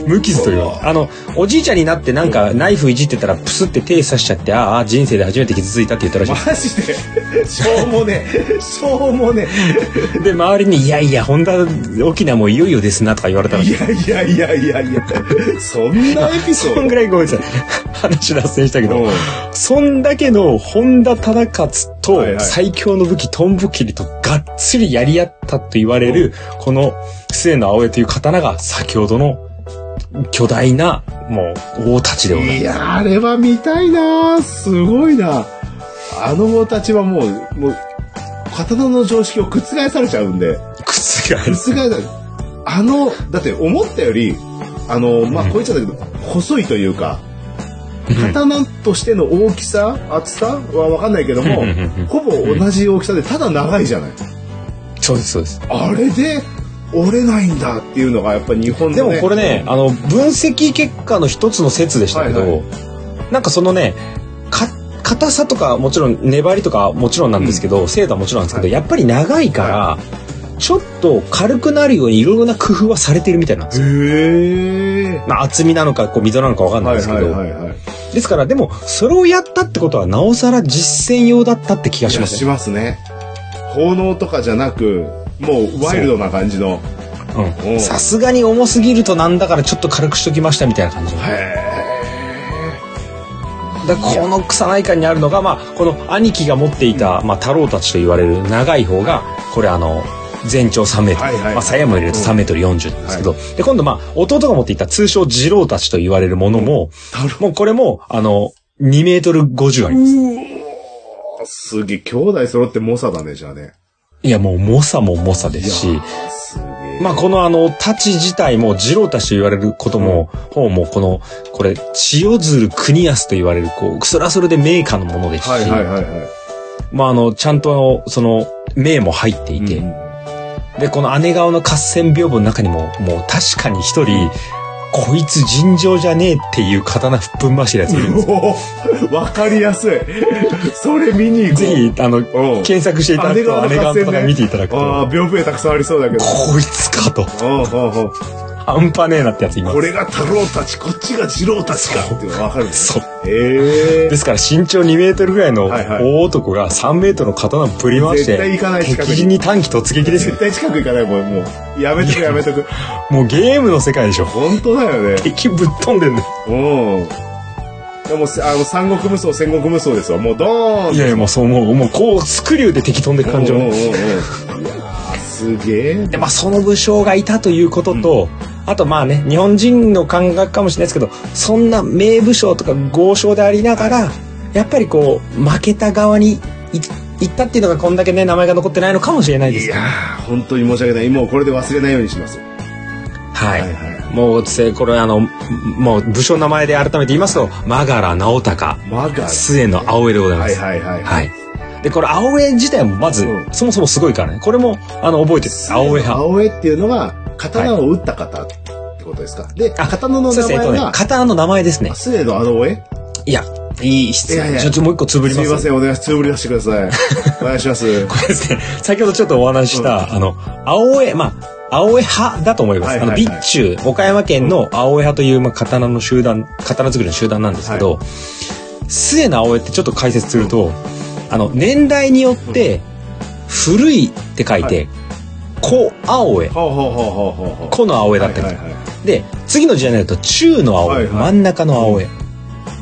B: 無傷というのあのおじいちゃんになってなんかナイフいじってたらプスって手刺しちゃってああ人生で初めて傷ついたって言ったらしい
C: マ
B: です
C: ジで、しょうもね、しょうもね。
B: で周りに「いやいや本田沖縄もいよいよですな」とか言われたらしい
C: いやいやいやいやいや、そんなエピソ
B: そん
C: ー
B: ぐらいごめんなさい話脱線したけ
C: ド。
B: ど
C: うん
B: そんだけの本田忠勝
C: はいは
B: と
C: い
B: 最強の武器トンボ切りとがっつりやり合ったと言われるこの末の青江という刀が先ほどの巨大なもう大太刀でございます
C: いや、あれは見たいなすごいなあの子たちはもう、もう、刀の常識を覆されちゃうんで、覆
B: 覆す
C: されあの、だって思ったより、あの、まあ、こう言っちゃったけど、細いというか、刀としての大きさ、厚さはわかんないけども
B: うんうんうんうん、
C: ほぼ同じ大きさで、ただ長いじゃない。
B: そうですそうです
C: あれで折れないんだっていうのがやっぱ日本の、
B: で
C: ね、
B: もこれね、あの、分析結果の一つの説でしたけど、
C: はいはい
B: なんかそのね、か、硬さとかもちろん粘りとかもちろんなんですけど、精度はもちろんなんですけど、
C: は
B: やっぱり長いから、ちょっと軽くなるようにいろいろな工夫はされてるみたいなんですよ。
C: へえ
B: まあ厚みなのか、こう溝なのかわかんない
C: はい
B: ですけ
C: は
B: ど。
C: いはいはい
B: ですから、でも、それをやったってことは、なおさら実践用だったって気がしま
C: や
B: す
C: し
B: ね。
C: ますね奉納とかじゃなくもうワイルドな感じの
B: う
C: うん
B: ん。さすがに重すぎるとなんだからちょっと軽くしときましたみたいな感じの。
C: へ
B: だからこの草内館にあるのが、まあ、この兄貴が持っていた、まあ、太郎たちと言われる長い方がこれあの全長3メートル、
C: はいはい
B: まあ、鞘も入れると3メートル40なんですけど、で今度まあ弟が持っていた通称次郎たちと言われるものも、もうこれもあの2メートル50あります。
C: えすげえ兄弟揃って猛者だねじゃあね
B: いやもう猛者も猛者ですし、
C: すげえ
B: まあこのあの、太刀自体も、次郎太刀と言われることも、方も、この、これ、千代鶴国安と言われる、こう、それはそれで名家のものですし、
C: はいはいはいはい
B: まあ、あの、ちゃんと、その、名も入っていて、
C: うん
B: で、この姉川の合戦屏風の中にも、もう確かに一人、こいつ尋常じゃねえっていう刀ふっぷん走るやついるんですよ。
C: おお わかりやすいそれ見に行こう
B: ぜひ、あの、
C: うん
B: 検索していただくと、姉
C: 姉川
B: 川
C: の合戦ね
B: の刀見ていただく
C: あ
B: と、
C: あ屏風絵たくさんありそうだけど
B: こいつかと、
C: うんうんうん
B: 半端ねえなってやついます
C: こ。れが太郎たち、こっちが次郎たちかっていうのがわかるんです
B: そう。
C: ええ
B: ですから身長2メートルぐらいの
C: はいはい
B: 大男が3メートルの刀をぶり回し
C: 絶対
B: て
C: 行かない近くに
B: 敵に短期突撃ですよ
C: 絶対近く行かないもん、もう。やめとくやめとく。
B: もうゲームの世界でしょ
C: 本当だよね。
B: 敵ぶっ飛んでんの
C: うん。でも、あの、三国無双、戦国無双ですわ。もう、ドーン
B: いやいやもうそうもうもうこうスクリューで敵飛んでく感じ
C: うんうんうんうんいやーすげえ。
B: でまあその武将がいたということと、あとまあね日本人の感覚かもしれないですけどそんな名武将とか豪将でありながらやっぱりこう負けた側にい行ったっていうのがこんだけね名前が残ってないのかもしれないで
C: い
B: す
C: やー本当に申し訳ない。もうこれで忘れないようにします。
B: はい、
C: はいは
B: もうせこれあのんもう武将の名前で改めて言いますとマガラ直隆
C: マガ
B: 末の青江でございま
C: はい
B: す。はい、
C: はいはい。
B: でこれ青江自体もまず、
C: うん
B: そもそもすごいからねこれもあの覚えてる青江派。
C: 青江っていうのが、刀を打った方ってことですか。で、
B: あ
C: 刀の
B: そうで
C: 名
B: すね、えっと
C: 前
B: ね
C: が、、
B: 刀の名前ですね。
C: 末の青江
B: いや、いい質
C: いやい
B: 問。
C: や
B: ちょ、ちょ、もう一個つぶり
C: す
B: ま
C: み
B: す。
C: ません、お願いします。つぶり出してくだ さい。お願いします。
B: これですね、先ほどちょっとお話しした、あの、青江、まあ、青江派だと思います。
C: はいはいはい
B: あの、備中、岡山県の青江派という、まあ、刀の集団、刀作りの集団なんですけど、末の青江ってちょっと解説すると、あの、年代によって、古いって書いて、古青江、
C: ほうほうほうほうほうほう。
B: 古の青江だったりとか
C: はいはいはい
B: で次の時代になると中の青、
C: はいはい
B: 真ん中の青へ、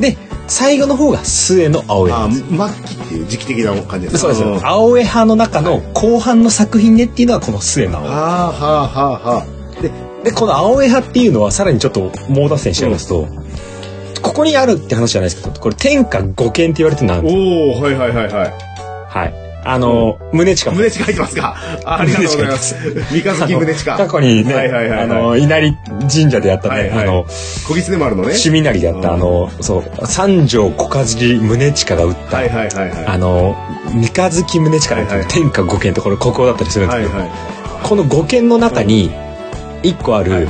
B: で最後の方が末の青へ
C: あー末期っていう時期的な感じです
B: そうです
C: よ。
B: よ
C: あ
B: 青江派の中の後半の作品ねっていうのはこの末
C: ー
B: の青江
C: はあはあはあは
B: でこの青江派っていうのはさらにちょっと猛脱線しちゃいますと、ここにあるって話じゃないですけどこれ天下五剣って言われてるのあるんで
C: お
B: す
C: おはいはいはいはい。
B: はいあの、胸近も
C: 胸近入ってますか。あありがとうございます。三日月胸近。
B: 過去にね、
C: はいはいはいはい
B: あの稲荷神社でやったね、
C: はいはい
B: あの
C: 小狐丸のね。
B: 趣味なりでやった、
C: うん
B: あのそう三条小和宗近が打った、
C: はいはいはいはい。
B: あの三日月宗近の
C: はいはい
B: 天下五剣ってこれ国宝だったりするんです
C: はい
B: けど、
C: は
B: この五剣の中に一個ある、
C: はい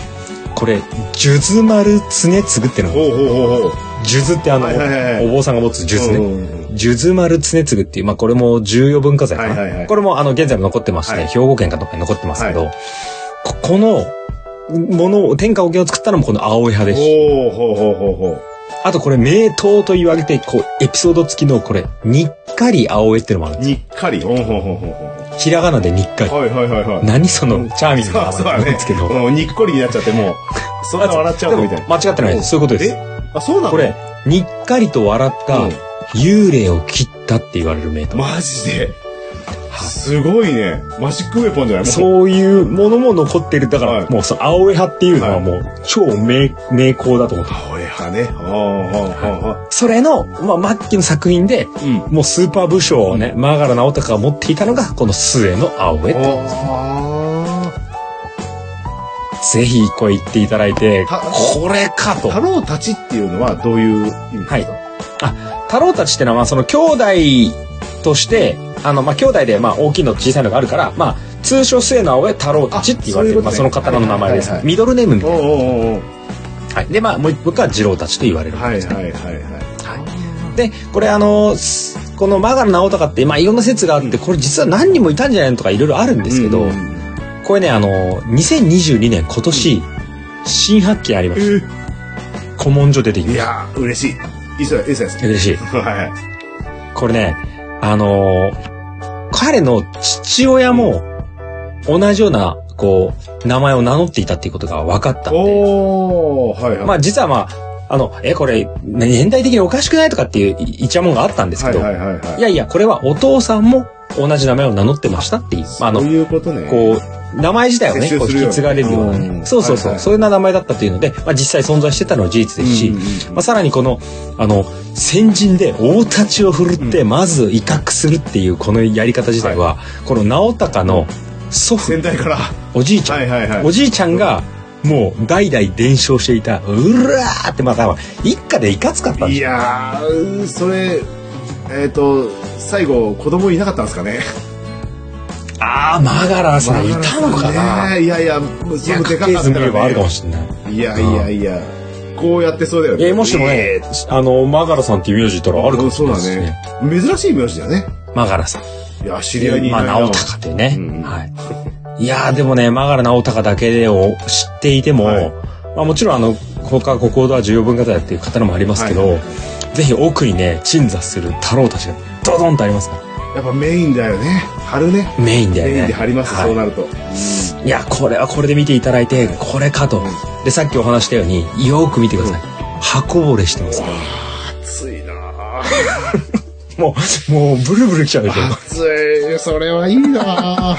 B: これ数珠丸常継っていう
C: い。
B: の
C: ほうほうほうほう。
B: 数珠ってあの、
C: はいはいはい
B: お坊さんが持つ数珠ね。
C: ね。
B: 数珠丸常継っていう、まあ、これも重要文化財か
C: は
B: な、
C: いはいはい
B: これもあの現在も残ってまして、
C: はい
B: 兵庫県かどっかに残ってますけど、ここのものを天下五剣を作ったのもこの青い派です
C: ほうほうほうほうほう。
B: あとこれ名刀と言われてこうエピソード付きのこれにっかり青江っていうのもあるんです
C: にっかり。ほうほうほうほうほう。
B: ひらがなでにっかり
C: はいはいはいはい。
B: 何そのチャーミング
C: そ
B: な
C: うそう
B: 名前
C: だ
B: なん
C: ね
B: ですけど。。
C: もうにっこりになっちゃって、もう、そんな笑っちゃ
B: で
C: うの
B: も
C: みたいな。
B: 間違ってないです。そういうことです。
C: えあ、そうなの
B: これ、、にっかりと笑った
C: うん
B: 幽霊を切ったって言われる名刀。
C: マジで。すごいね。マジックウェポンじゃないもう。
B: そういうものも残ってる。だか
C: は
B: ら、
C: い
B: もうその青江派っていうのはもう超名、名工だと思って。
C: 青江派ね。ほうほうほうほう。
B: それの、まあ、末期の作品で、
C: うん。
B: もうスーパー武将をね、マーガラ直隆が持っていたのが、この末の青江。
C: あー
B: ぜひ、これ言っていただいて、
C: た
B: これかと。
C: 太郎たちっていうのはどういう意味ですか
B: はい太郎たちってのは、まあ、その兄弟として、あの、まあ、兄弟で、まあ、大きいのと小さいのがあるから、まあ、通称末の青江太郎たちって言われてる、
C: あ
B: まあ、
C: そ
B: そう
C: い
B: の
C: うことね
B: 刀の名前です、
C: はいはいはい
B: ミドルネームみたい
C: おうおうおう
B: な。はい。で、まあ、もう一部が二郎たちと言われる。
C: はいはいはいはい。
B: はい。で、これ、あの、すこのマガル直隆って、まあ、いろんな説があって、これ実は何人もいたんじゃないのとかいろいろあるんですけど、
C: うんうん
B: これね、あの、2022年今年、新発見ありま
C: え
B: した。古文書出て
C: ー
B: き
C: い
B: まし
C: やー、嬉しい。いい人だ、いい人です
B: た。。嬉しい。
C: はい。
B: これね、あのー彼の父親も同じような、こう、名前を名乗っていたっていうことが分かったんで、
C: おー、はいはい。
B: まあ実はまあ、あの、え、これ、年代的におかしくないとかっていういイチャモンがあったんですけ
C: はい
B: ど、
C: はいいはいはい。
B: やいや、これはお父さんも同じ名前を名乗ってましたっていう、まああ
C: そう
B: の、
C: いうことね。
B: こう、名前自体をね、
C: 接
B: こ
C: 種する
B: う引
C: よ
B: き継がれるようなね
C: うん
B: そうそうそう、
C: はいはい
B: そういうような名前だったというので、まあ実際存在してたのは事実ですし、
C: うんうんうん
B: まあ、さらにこの、あの、先人で大太刀を振るって、まず威嚇するっていうこのやり方自体は、この直隆の祖父、
C: 先代から。
B: おじいちゃん、
C: はいはいはい。
B: おじいちゃんが、もう代々伝承していた、うらーって、まあ多分、一家でいかつかったんで
C: い
B: すよ。
C: やー、それ、えっ、と、最後、子供いなかったんですかね。
B: ああ、マガラさん、いたのかな、
C: ねいやいや、もうすごくでか
B: 家系
C: かった
B: 図見ればあ
C: ら、
B: るかも
C: ね。
B: しれない。
C: いやいやいや、こうやってそうだよね。
B: えーもしも
C: え
B: ね、あの、マガラさんっていう名字いたらあるかもしれないですね。
C: え珍しい名字だよね。
B: マガラさん。
C: いや、知り合いにい
B: ま
C: な
B: あ、
C: いな。
B: 直隆っていうね。
C: うん
B: はい。いやー、でもね、マガラ直隆だけを知っていても、
C: はい
B: まあもちろんあの、他国宝では重要文化財っていう刀もありますけど、
C: はい
B: ぜひ奥にね、鎮座する太郎たちがドドンとありますから
C: やっぱメインだよね。貼るね。
B: メインだよね。
C: メインで貼ります、
B: はい
C: そうなると。
B: いや、これはこれで見ていただいて、これかと。で、さっきお話したように、よーく見てください。箱惚れしてます。
C: 暑いなぁ。
B: もう、もう、ブルブルきちゃうでしょ。
C: 暑い、それはいいなぁ。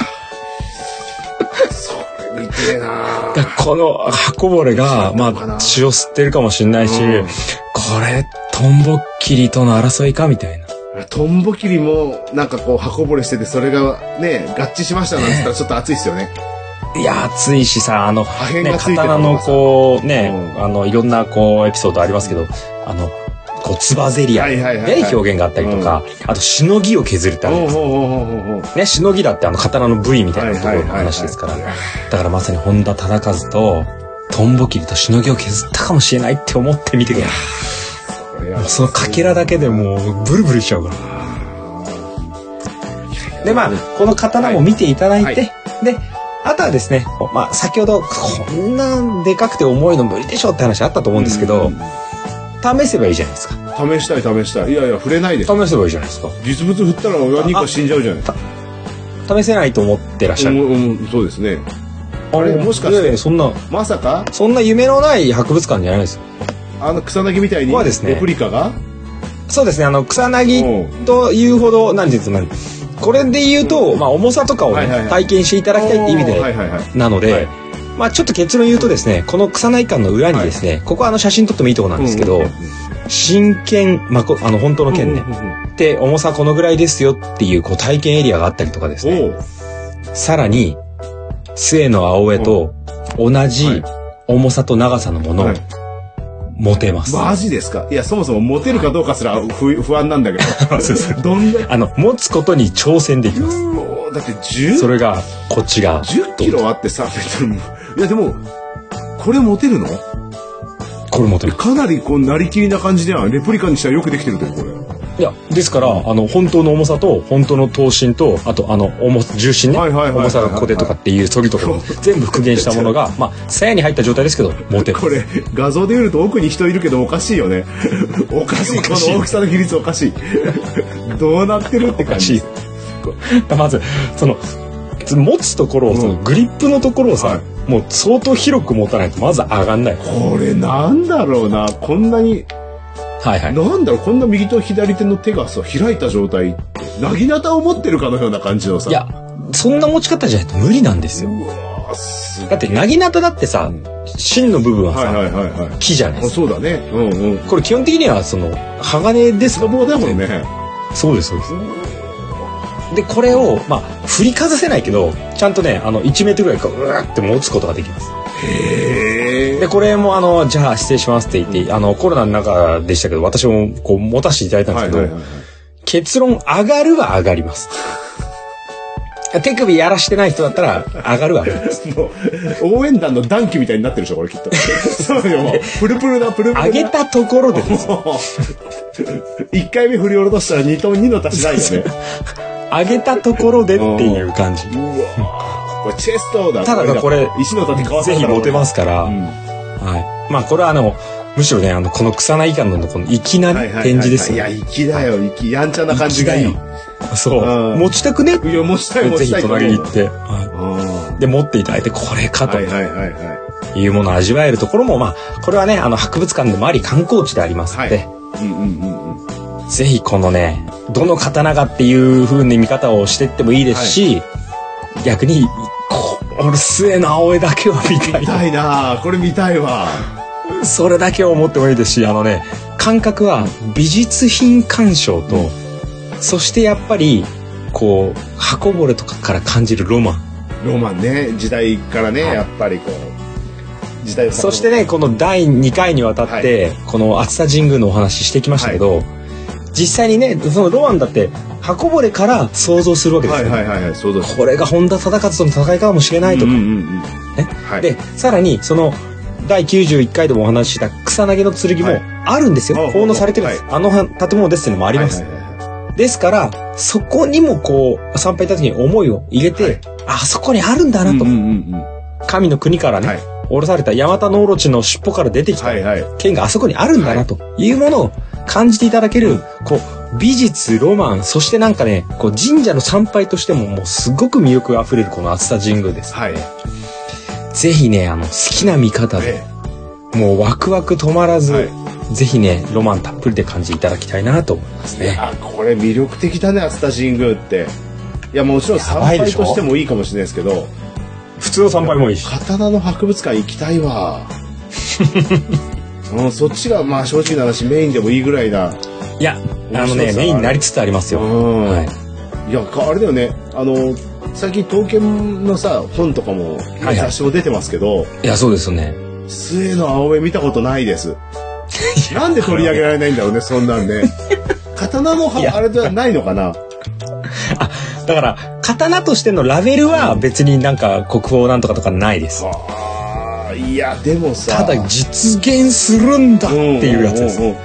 C: それ見てえなぁ。
B: だからこの箱ぼれが、
C: そ
B: ま
C: うかな
B: あ、血を吸ってるかもしれないし、
C: うん
B: これ、トンボッキリとの争いかみたいな。
C: トンボ切りも、なんかこう、箱ぼれしてて、それがね、合致しましたなんつったらちょっと熱いですよね。
B: いや、熱いしさ、あの、
C: 破片
B: ね、
C: がついてる
B: 刀のこう、ね
C: う、ん
B: あの、いろんなこう、エピソードありますけど、あの、こう、つばぜり合
C: はいいはいはいはい
B: で表現があったりとか、あと、しのぎを削るってあるん
C: お
B: で
C: う
B: すよ
C: おうおうおうおう
B: ね、しのぎだってあの、刀の部位みたいなとこ
C: はい
B: ろ
C: はい
B: の
C: はいはい
B: 話ですから。だからまさに本田忠和と、トンボ切りとしのぎを削ったかもしれないって思ってみてくださ
C: これ
B: い。
C: は
B: もうそのかけらだけでもう、ブルブルしちゃうから。で、まあ、この刀も見ていただいて、
C: はいは
B: で、あとはですね、まあ、先ほど、こんなでかくて重いの無理でしょうって話あったと思うんですけど、
C: うん
B: 試せばいいじゃないですか。
C: 試したい試したい。いやいや、触れないで。
B: 試せばいいじゃないですか。
C: 実物振ったら何か死んじゃうじゃない。
B: 試せないと思ってらっしゃ
C: うん
B: る。
C: うん、そうですね。あれもしかして
B: いやいやそんな、
C: まさか、
B: そんな夢のない博物館じゃないですよ。
C: あの草薙みたいに
B: ここは
C: レ
B: ですね
C: プリカが、
B: そうですね、あの、草薙というほど、なんていうんですかね、これで言うと、まあ、重さとかを
C: はい
B: ね
C: はいはい
B: 体験していただきたいって意味
C: おーはい
B: で、
C: はいはい。
B: なの
C: はい
B: で、まあ、ちょっと結論言うとですね、この草薙館の裏にですね、ここはあの写真撮ってもいいとこなんですけど、真剣、まこ、あの、本当の剣ね
C: う、んうんうん
B: で、重さこのぐらいですよっていう、こう、体験エリアがあったりとかですね、
C: おう
B: さらに、末の青江と同
C: は
B: じ
C: い
B: 重さと長さのもの
C: は
B: を
C: い
B: 持てます。
C: マジですかいや、そもそもモテるかどうかすら不不安なんだけ
B: そうそ
C: ど。どんだけ
B: あの、持つことに挑戦できます。
C: おーだって
B: そ
C: 10、
B: れが、こっちが。
C: 10キロあってさ、別に。いや、でも、これモテるの
B: これ持てる。
C: かなりこう、なりきりな感じではレプリカにしたらよくできてると思う、こ
B: いや、ですから、あの、本当の重さと、本当の等身と、あと、あの、重、重心ね。
C: はいはいはいはい
B: 重さがここでとかっていう、そういうところも全部復元したもの が、まあ、鞘に入った状態ですけど、持て
C: れ。
B: る。
C: これ、画像で見ると奥に人いるけどおかしいよね。 おかしい。こ
B: かしい
C: の大きさの比率おかしい。どうなってるって
B: おか
C: 感
B: し
C: じ。
B: い。まず、その、持つところを、その、グリップのところを
C: は
B: さ
C: い、
B: もう相当広く持たないと、まず上がんない。
C: これなんだろうな。こんなに、
B: はいはい。
C: なんだろう、こんな右と左手の手がさ、開いた状態。なぎなたを持ってるかのような感じのさ。
B: いや、そんな持ち方じゃないと無理なんです
C: う
B: よ。
C: わーす
B: だって、なぎなただってさ、芯の部分は
C: はいはい
B: さ、
C: はいは
B: 木じゃない
C: い。
B: で
C: あ
B: す
C: そ
B: か。
C: うだね。うんうん。
B: これ基本的には、その、鋼です
C: スノボーだもんね。
B: そうです、そうです。で、これを、まあ、振りかざせないけど、ちゃんとね、あの、1メートルぐらいこう、うわーって持つことができます。
C: へ
B: で、
C: え。
B: これも、あの、じゃあ、失礼しますって言って、あの、コロナの中でしたけど、私も、こう、持たせていただいたんで
C: は
B: す
C: い
B: けど、
C: はいはい。
B: 結論、上がるは上がります。 手首やらしてない人だったら、上がるは上が ります。
C: もう、応援団の団旗みたいになってるでしょ、これき っと。そうよ、もう。プルプルな、プルプルな。
B: 上げ たところでですよ。
C: もう。1回目振り下ろしたら2と2の足しないよね。
B: 上げたところでっていう感じ。
C: うわこれチェストだ。
B: ただねこれ
C: 石の盾かわ
B: ぜひ持てますから、
C: うん
B: はい。まあ、これはあの、むしろね、あの、この草薙館のこの粋な
C: はいはいはい
B: ね
C: はい
B: 展示ですよ
C: いや、粋だよ、粋。やんちゃな感じがいい。
B: 粋そうう。
C: ん
B: 持ちたくね
C: いや、持ちたい、持
B: ぜ
C: ちた
B: ひ
C: いと思う。
B: 隣に行って。は
C: あ
B: いで、持っていただいて、これか
C: ー
B: と
C: はいはいはいはい。
B: いうものを味わえるところも、まあ、これはね、あの、博物館でもあり、観光地でありますので、
C: うんうんうんうん。
B: ぜひこのね、どの刀がっていう風に見方をしていってもいいですし、逆に、こ俺、末の青江だけは見た
C: 見
B: い。
C: たいなこれ見たいわ。
B: それだけを思ってもいいですし、あのね、感覚は美術品鑑賞と、そしてやっぱり、こう、箱ぼれとかから感じるロマン。
C: ロマンね、時代からね、
B: はい
C: やっぱりこう、時代を
B: そしてね、この第2回にわたって、この熱田神宮のお話ししてきましたけど、実際にね、そのロマンだって、箱ぼれから想像するわけです
C: は
B: よ、
C: いはいはいはい、そうだ
B: これが本田忠勝との戦いかもしれないとか、
C: うんうんうんうん
B: ね
C: はい。
B: で、さらに、その、第91回でもお話しした草薙の剣
C: は
B: も
C: い
B: あるんですよ。
C: あ
B: 奉納されてるんです。あのは建物ですっていうのもあ
C: あ
B: ります。ですから、そこにもこう、参拝行った時に思いを入れて、
C: はい
B: あそこにあるんだな
C: うん
B: と、
C: うんうんうん。
B: 神の国からね、
C: はい
B: 降ろされたヤマタノオロチの尻尾から出てきた
C: はいはい。
B: 剣があそこにあるんだなというものを感じていただける、こう、美術、ロマン、そしてなんかね、こう神社の参拝としてももうすごく魅力あふれるこの熱田神宮です。
C: はい。
B: ぜひね、あの、好きな見方で、
C: ね
B: もうワクワク止まらず、
C: はい
B: ぜひね、ロマンたっぷりで感じていただきたいなと思いますね。
C: あ、これ魅力的だね、熱田神宮って。いや、もちろん参
B: ばい
C: 拝
B: でしょ
C: としてもいいかもしれないですけど、
B: 普通の参拝もいいし。
C: 刀の博物館行きたい わ。うん、そっちがまあ正直な話メインでもいいぐらいな。
B: いや、あの
C: 面白
B: ね、
C: さ
B: メインになりつつあります
C: う
B: よ。
C: ん。
B: はい。
C: いや、かあれだよね。あの、最近刀剣のさ、本とかも、
B: はい
C: 雑誌も出てますけど、
B: いや、そうですよね。
C: 末の青目見たことないです。なんで取り上げられないんだろうね、そんなん ね。刀の
B: いや
C: はあれではないのかな
B: だから、刀としてのラベルは別になんか国宝なんとかとかないです。
C: あーいや、でもさ。
B: ただ実現するんだっていうやつです。
C: んうんうん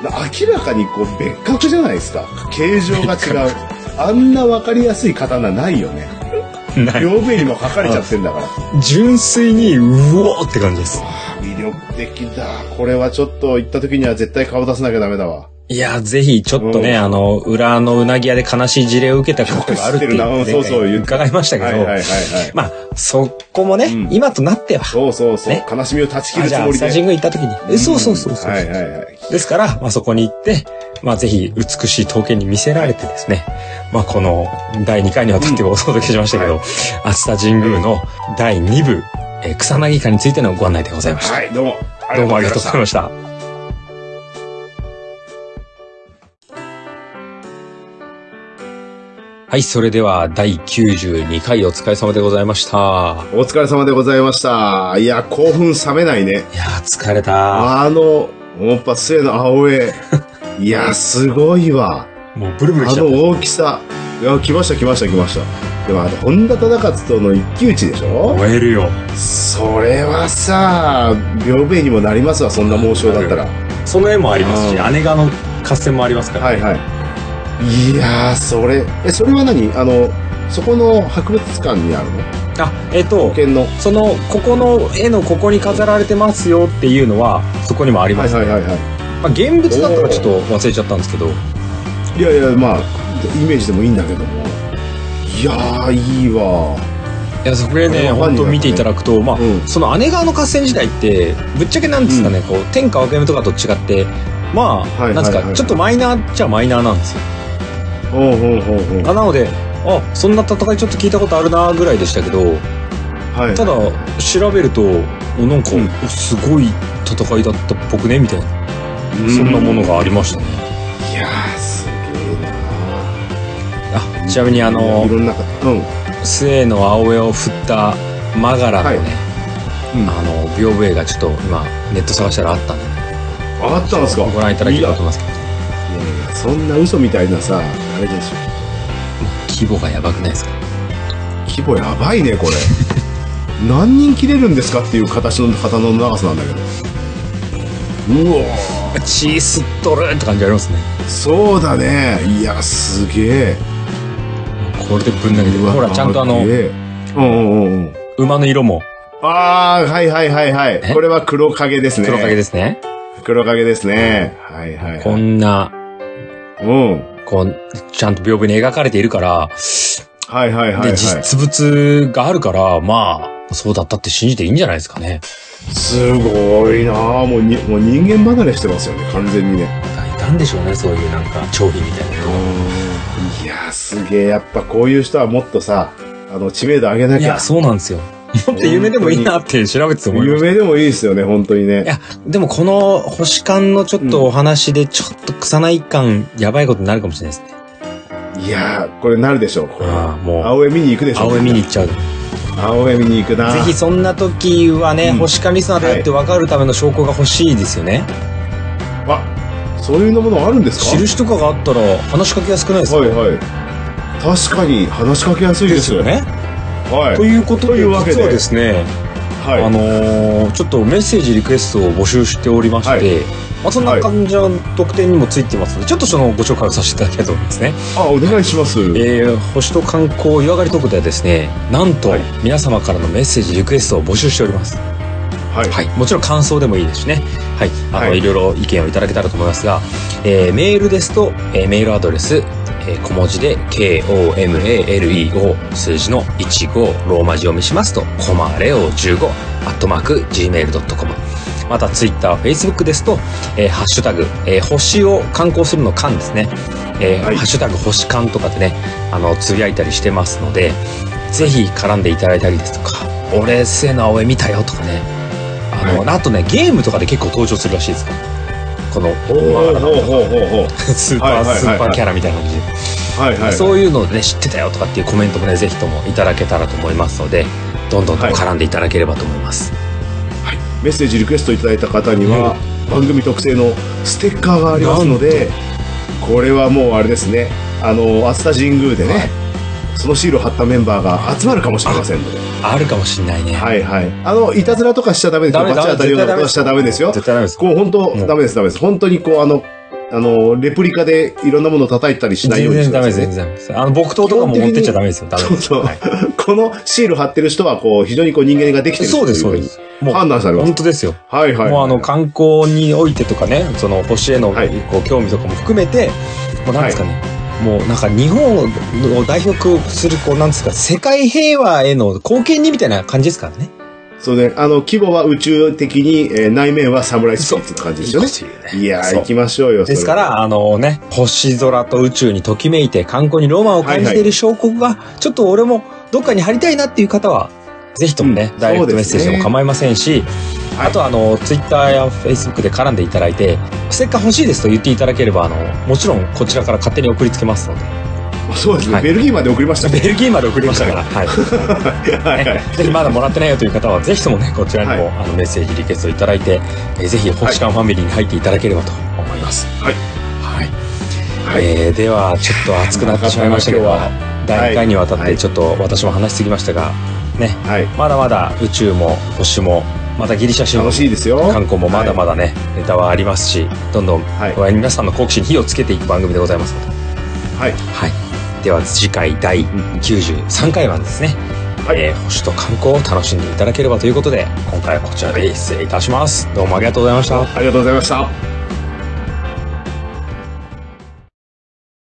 C: 明らかにこう別 格じゃないですか。形状が違う。あんなわかりやすい刀ないよね。屏風絵にも書かれちゃってん だから。
B: 純粋に、うおーって感じです。
C: 魅力的だ。これはちょっと行った時には絶対顔出さなきゃダメだわ。
B: いや、ぜひ、ちょっとね、
C: うん
B: あの、裏のうなぎ屋で悲しい事例を受けたことがあるっていう、
C: よく知ってるなうんそうそう言って
B: 伺いましたけ
C: はい
B: ど、
C: はいはいはい。
B: まあ、そこもね、
C: うん
B: 今となっては、
C: そうそうそう。
B: ね
C: 悲しみを断ち切る
B: あじ
C: つ
B: ゃ
C: も
B: あ、
C: り
B: スタ
C: で。
B: ジング行った時に、えそうそうそうそう。
C: はいはいはい。
B: ですから、まあ、そこに行って、まあ、ぜひ美しい刀剣に見せられてですね、まあ、この第2回にわたってお届けしましたけど、熱田神宮の第2部、えー草薙館についてのご案内でございました。
C: はい、どうも。
B: どうもありがとうござい
C: ま
B: ました。はい、それでは第92回お疲れ様でございました。
C: す。お疲れ様でございました。いや、興奮冷めないね。
B: いやー、疲れた。
C: あの、音波末の青江。いや、すごいわ。
B: もうブルブル
C: あ
B: きちゃ
C: の
B: った。
C: 大きさ。いや、来ました来ました来ました。でも、あの、本田忠勝との一騎打ちでしょ
B: 燃えるよ。
C: それはさ、屏風絵にもなりますわ、そんな猛将だったら。
B: その絵もありますし、
C: う
B: 姉がの合戦もありますから。
C: はいはい。いやー、それ、え、それは何あの、そこの博物館にあるの
B: あ、えっ、と
C: 保、険の。
B: その、ここの絵のここに飾られてますよっていうのは、そこにもあり
C: は
B: ま
C: い
B: す。
C: はいはいはい。
B: まあ、現物だったらちょっと忘れちゃったんですけど、
C: いやいやまあイメージでもいいんだけどもいやーいいわ
B: いやそこで
C: これ
B: ね
C: はファンになる
B: 本
C: ね
B: 当見ていただくと、まあ
C: うん
B: その姉川の合戦時代ってぶっちゃけなんですかね、こう天下分け目とかと違ってまあ、
C: いはいはい
B: なんですかちょっとマイナーっちゃマイナーなんですよ。
C: ほうほうほうほう
B: あなのであそんな戦いちょっと聞いたことあるなぐらいでしたけど
C: はい
B: ただ調べるとおなんか、
C: うん
B: すごい戦いだったっぽくねみたいなそんなものがありましたね。
C: いやーすげえ
B: あ
C: な
B: ちなみにあの
C: いろんな方うん
B: 末の青江を振ったマガラのね、
C: はいうん
B: あの屏風絵がちょっと今ネット探したらあったんで
C: あったんですか
B: ご覧いただけ
C: い
B: れば
C: や
B: と思いますけど。
C: いやいやそんな嘘みたいなさあれでしょ
B: 規模がやばくないですか
C: 規模やばいねこれ 何人切れるんですかっていう形の刀の長さなんだけどうおー
B: チースっとるって感じありますね
C: そうだねいやすげえ
B: これでぶん投げて
C: うわ
B: ほらちゃんとあの
C: すげえうんうんうんうん
B: 馬の色も
C: ああ、はいはいはいはい。
B: え
C: これは黒影ですね。
B: 黒影
C: です。
B: ですね
C: 黒影ですね。はいはい、
B: こ
C: はい。
B: んな
C: うん。
B: こうちゃんと屏風に描かれているから、
C: はいはいはい、はい。
B: で実物があるからまあそうだったって信じていいんじゃないですかね
C: すごいなあもうに、もう人間離れしてますよね、完全にね。
B: いたんでしょうねそういうなんか調理みたいなの
C: いやーすげえ。やっぱこういう人はもっとさ、あの、知名度上げないきゃ
B: や。そうなんですよもっと夢でもいいなって調べてて思いました
C: 夢でもいいですよね、本当に
B: い
C: ね。
B: やでもこの星間のちょっとお話でちょっと草ない感やばいことになるかもしれないですね
C: いやーこれなるでしょう、これ
B: ああもう
C: 青江見に行くでしょ。
B: 青い見に行っちゃう
C: 青江見に行くな
B: ぜひそんな時はね、
C: うん
B: 星間リスナーだよって分かるための証拠が欲しいですよね、
C: あ、そういうのものあるんですか
B: 印とかがあったら話しかけやすくないですか、
C: はいはい。確かに話しかけやすいです
B: ですよ。ね、
C: はい。
B: ということ
C: と
B: で
C: いうわけで
B: 実はですね、
C: はい。
B: あのーちょっとメッセージリクエストを募集しておりまして、
C: はい
B: まあ、そんな感じの特典にもついてますのでちょっとそのご紹介をさせていただきたいと思いますね、
C: あ、お願いします。
B: えー星と観光湯上がり特ではですねなんと
C: はい
B: 皆様からのメッセージリクエストを募集しております
C: はい。
B: はい、もちろん感想でもいいですしね、はいあの
C: はい
B: い、ろいろ意見をいただけたらと思いますが、えーメールですと、えーメールアドレス、えー小文字で KOMALEO 数字の15ローマ字読みしますとコマレオ15アットマーク Gmail.com またツイッター、フェイスブックですと、えーハッシュタグ、えー星を観光するの観ですね、えー
C: はい
B: ハッシュタグ星観とかでね、あの、つぶやいたりしてますので、ぜひ絡んでいただいたりですとか、俺、末の青江見たよとかね、あの、
C: は
B: あとね、ゲームとかで結構登場するらしいですから。この、
C: ほうほうほうほうほうほう。
B: スーパ
C: はいはいは
B: ー、
C: いはい
B: スーパーキャラみたいな感じで、
C: はいはい。
B: そういうのをね、知ってたよとかっていうコメントもね、ぜひともいただけたらと思いますので、どんどんと
C: はい
B: 絡んでいただければと思います。
C: メッセージリクエストいただいた方には、番組特製のステッカーがありますので、これはもうあれですね。あの、熱田神宮でね、
B: はい
C: そのシールを貼ったメンバーが集まるかもしれませんので。
B: あるかもしんないね。
C: はいはい。あの、いたずらとかしちゃダメですよ。
B: ダメ
C: バチ当たるようなことはしちゃダメですよ。
B: 絶対ダメです。
C: こう本当、
B: うん
C: ダメですダメです。本当にこうあの、あの、レプリカでいろんなものを叩いたりしないよう
B: 全
C: にし
B: 然
C: てま
B: ダメですす、
C: ね
B: 全然ダメです。あの、木刀とかも持ってっちゃダメですよ、ダメ
C: そう
B: です。
C: そう。
B: はい
C: このシール貼ってる人は、こう、非常にこう人間ができてる人
B: そうです、そ
C: と
B: う
C: い
B: です
C: ふ。う
B: も
C: に
B: う、
C: 判断されます
B: 本。当ですよ。
C: はいはいはい。
B: もうあの観光においてとかねその星への
C: はい
B: こう興味とかも含めて、もうなんですかね、もうなんか日本を代表するこうなんですか世界平和への貢献にみたいな感じですからね。
C: そうね。あの、規模は宇宙的に、えー内面は侍スピリッツって感じですよね。いや
B: そ
C: ー、
B: う
C: 行きましょうよ。それ
B: ですから、あのね、星空と宇宙にときめいて観光にロマンを感じている証拠が、ちょっと俺もどっかに貼りたいなっていう方は、ぜひともね、
C: うん
B: ダイレクト
C: そう
B: メ
C: で
B: ッ
C: す
B: セ
C: ね
B: ージでも構いませんし、
C: はい
B: あとはあの、ツイッターやフェイスブックで絡んでいただいて、ステッカー欲しいですと言っていただければ、あの、もちろんこちらから勝手に送りつけますので、
C: そうですね、
B: はい
C: ベルギーまで送りました
B: ベ
C: ね。
B: ルギーまで送りましたから、はい。
C: はいはい。
B: ぜひまだもらってないよという方は、ぜひともね、こちらにも、
C: は
B: あのメッセージリクエストいただいて、えーぜひ、星間ファミリーに入っていただければと思います。
C: はい。
B: はい。
C: はい
B: えーでは、ちょっと熱くなってしまいましたけど、
C: 長かった
B: 第2回にわたっ
C: は
B: て、
C: い
B: ちょっと私も話しすぎましたが、ね、
C: はい。
B: まだまだ宇宙も星も、またギリシャ神
C: 楽
B: 話
C: しいですよ。
B: 観光もまだまだね、ネタはありますし、どんどん、
C: はい
B: 皆さんの好奇心に火をつけていく番組でございますので。
C: はい。
B: はい。では次回第93回はですね、
C: はい
B: えー星と観光を楽しんでいただければということで、今回はこちらで失礼いたします。どうもありがとうございました。
C: ありがとうございました。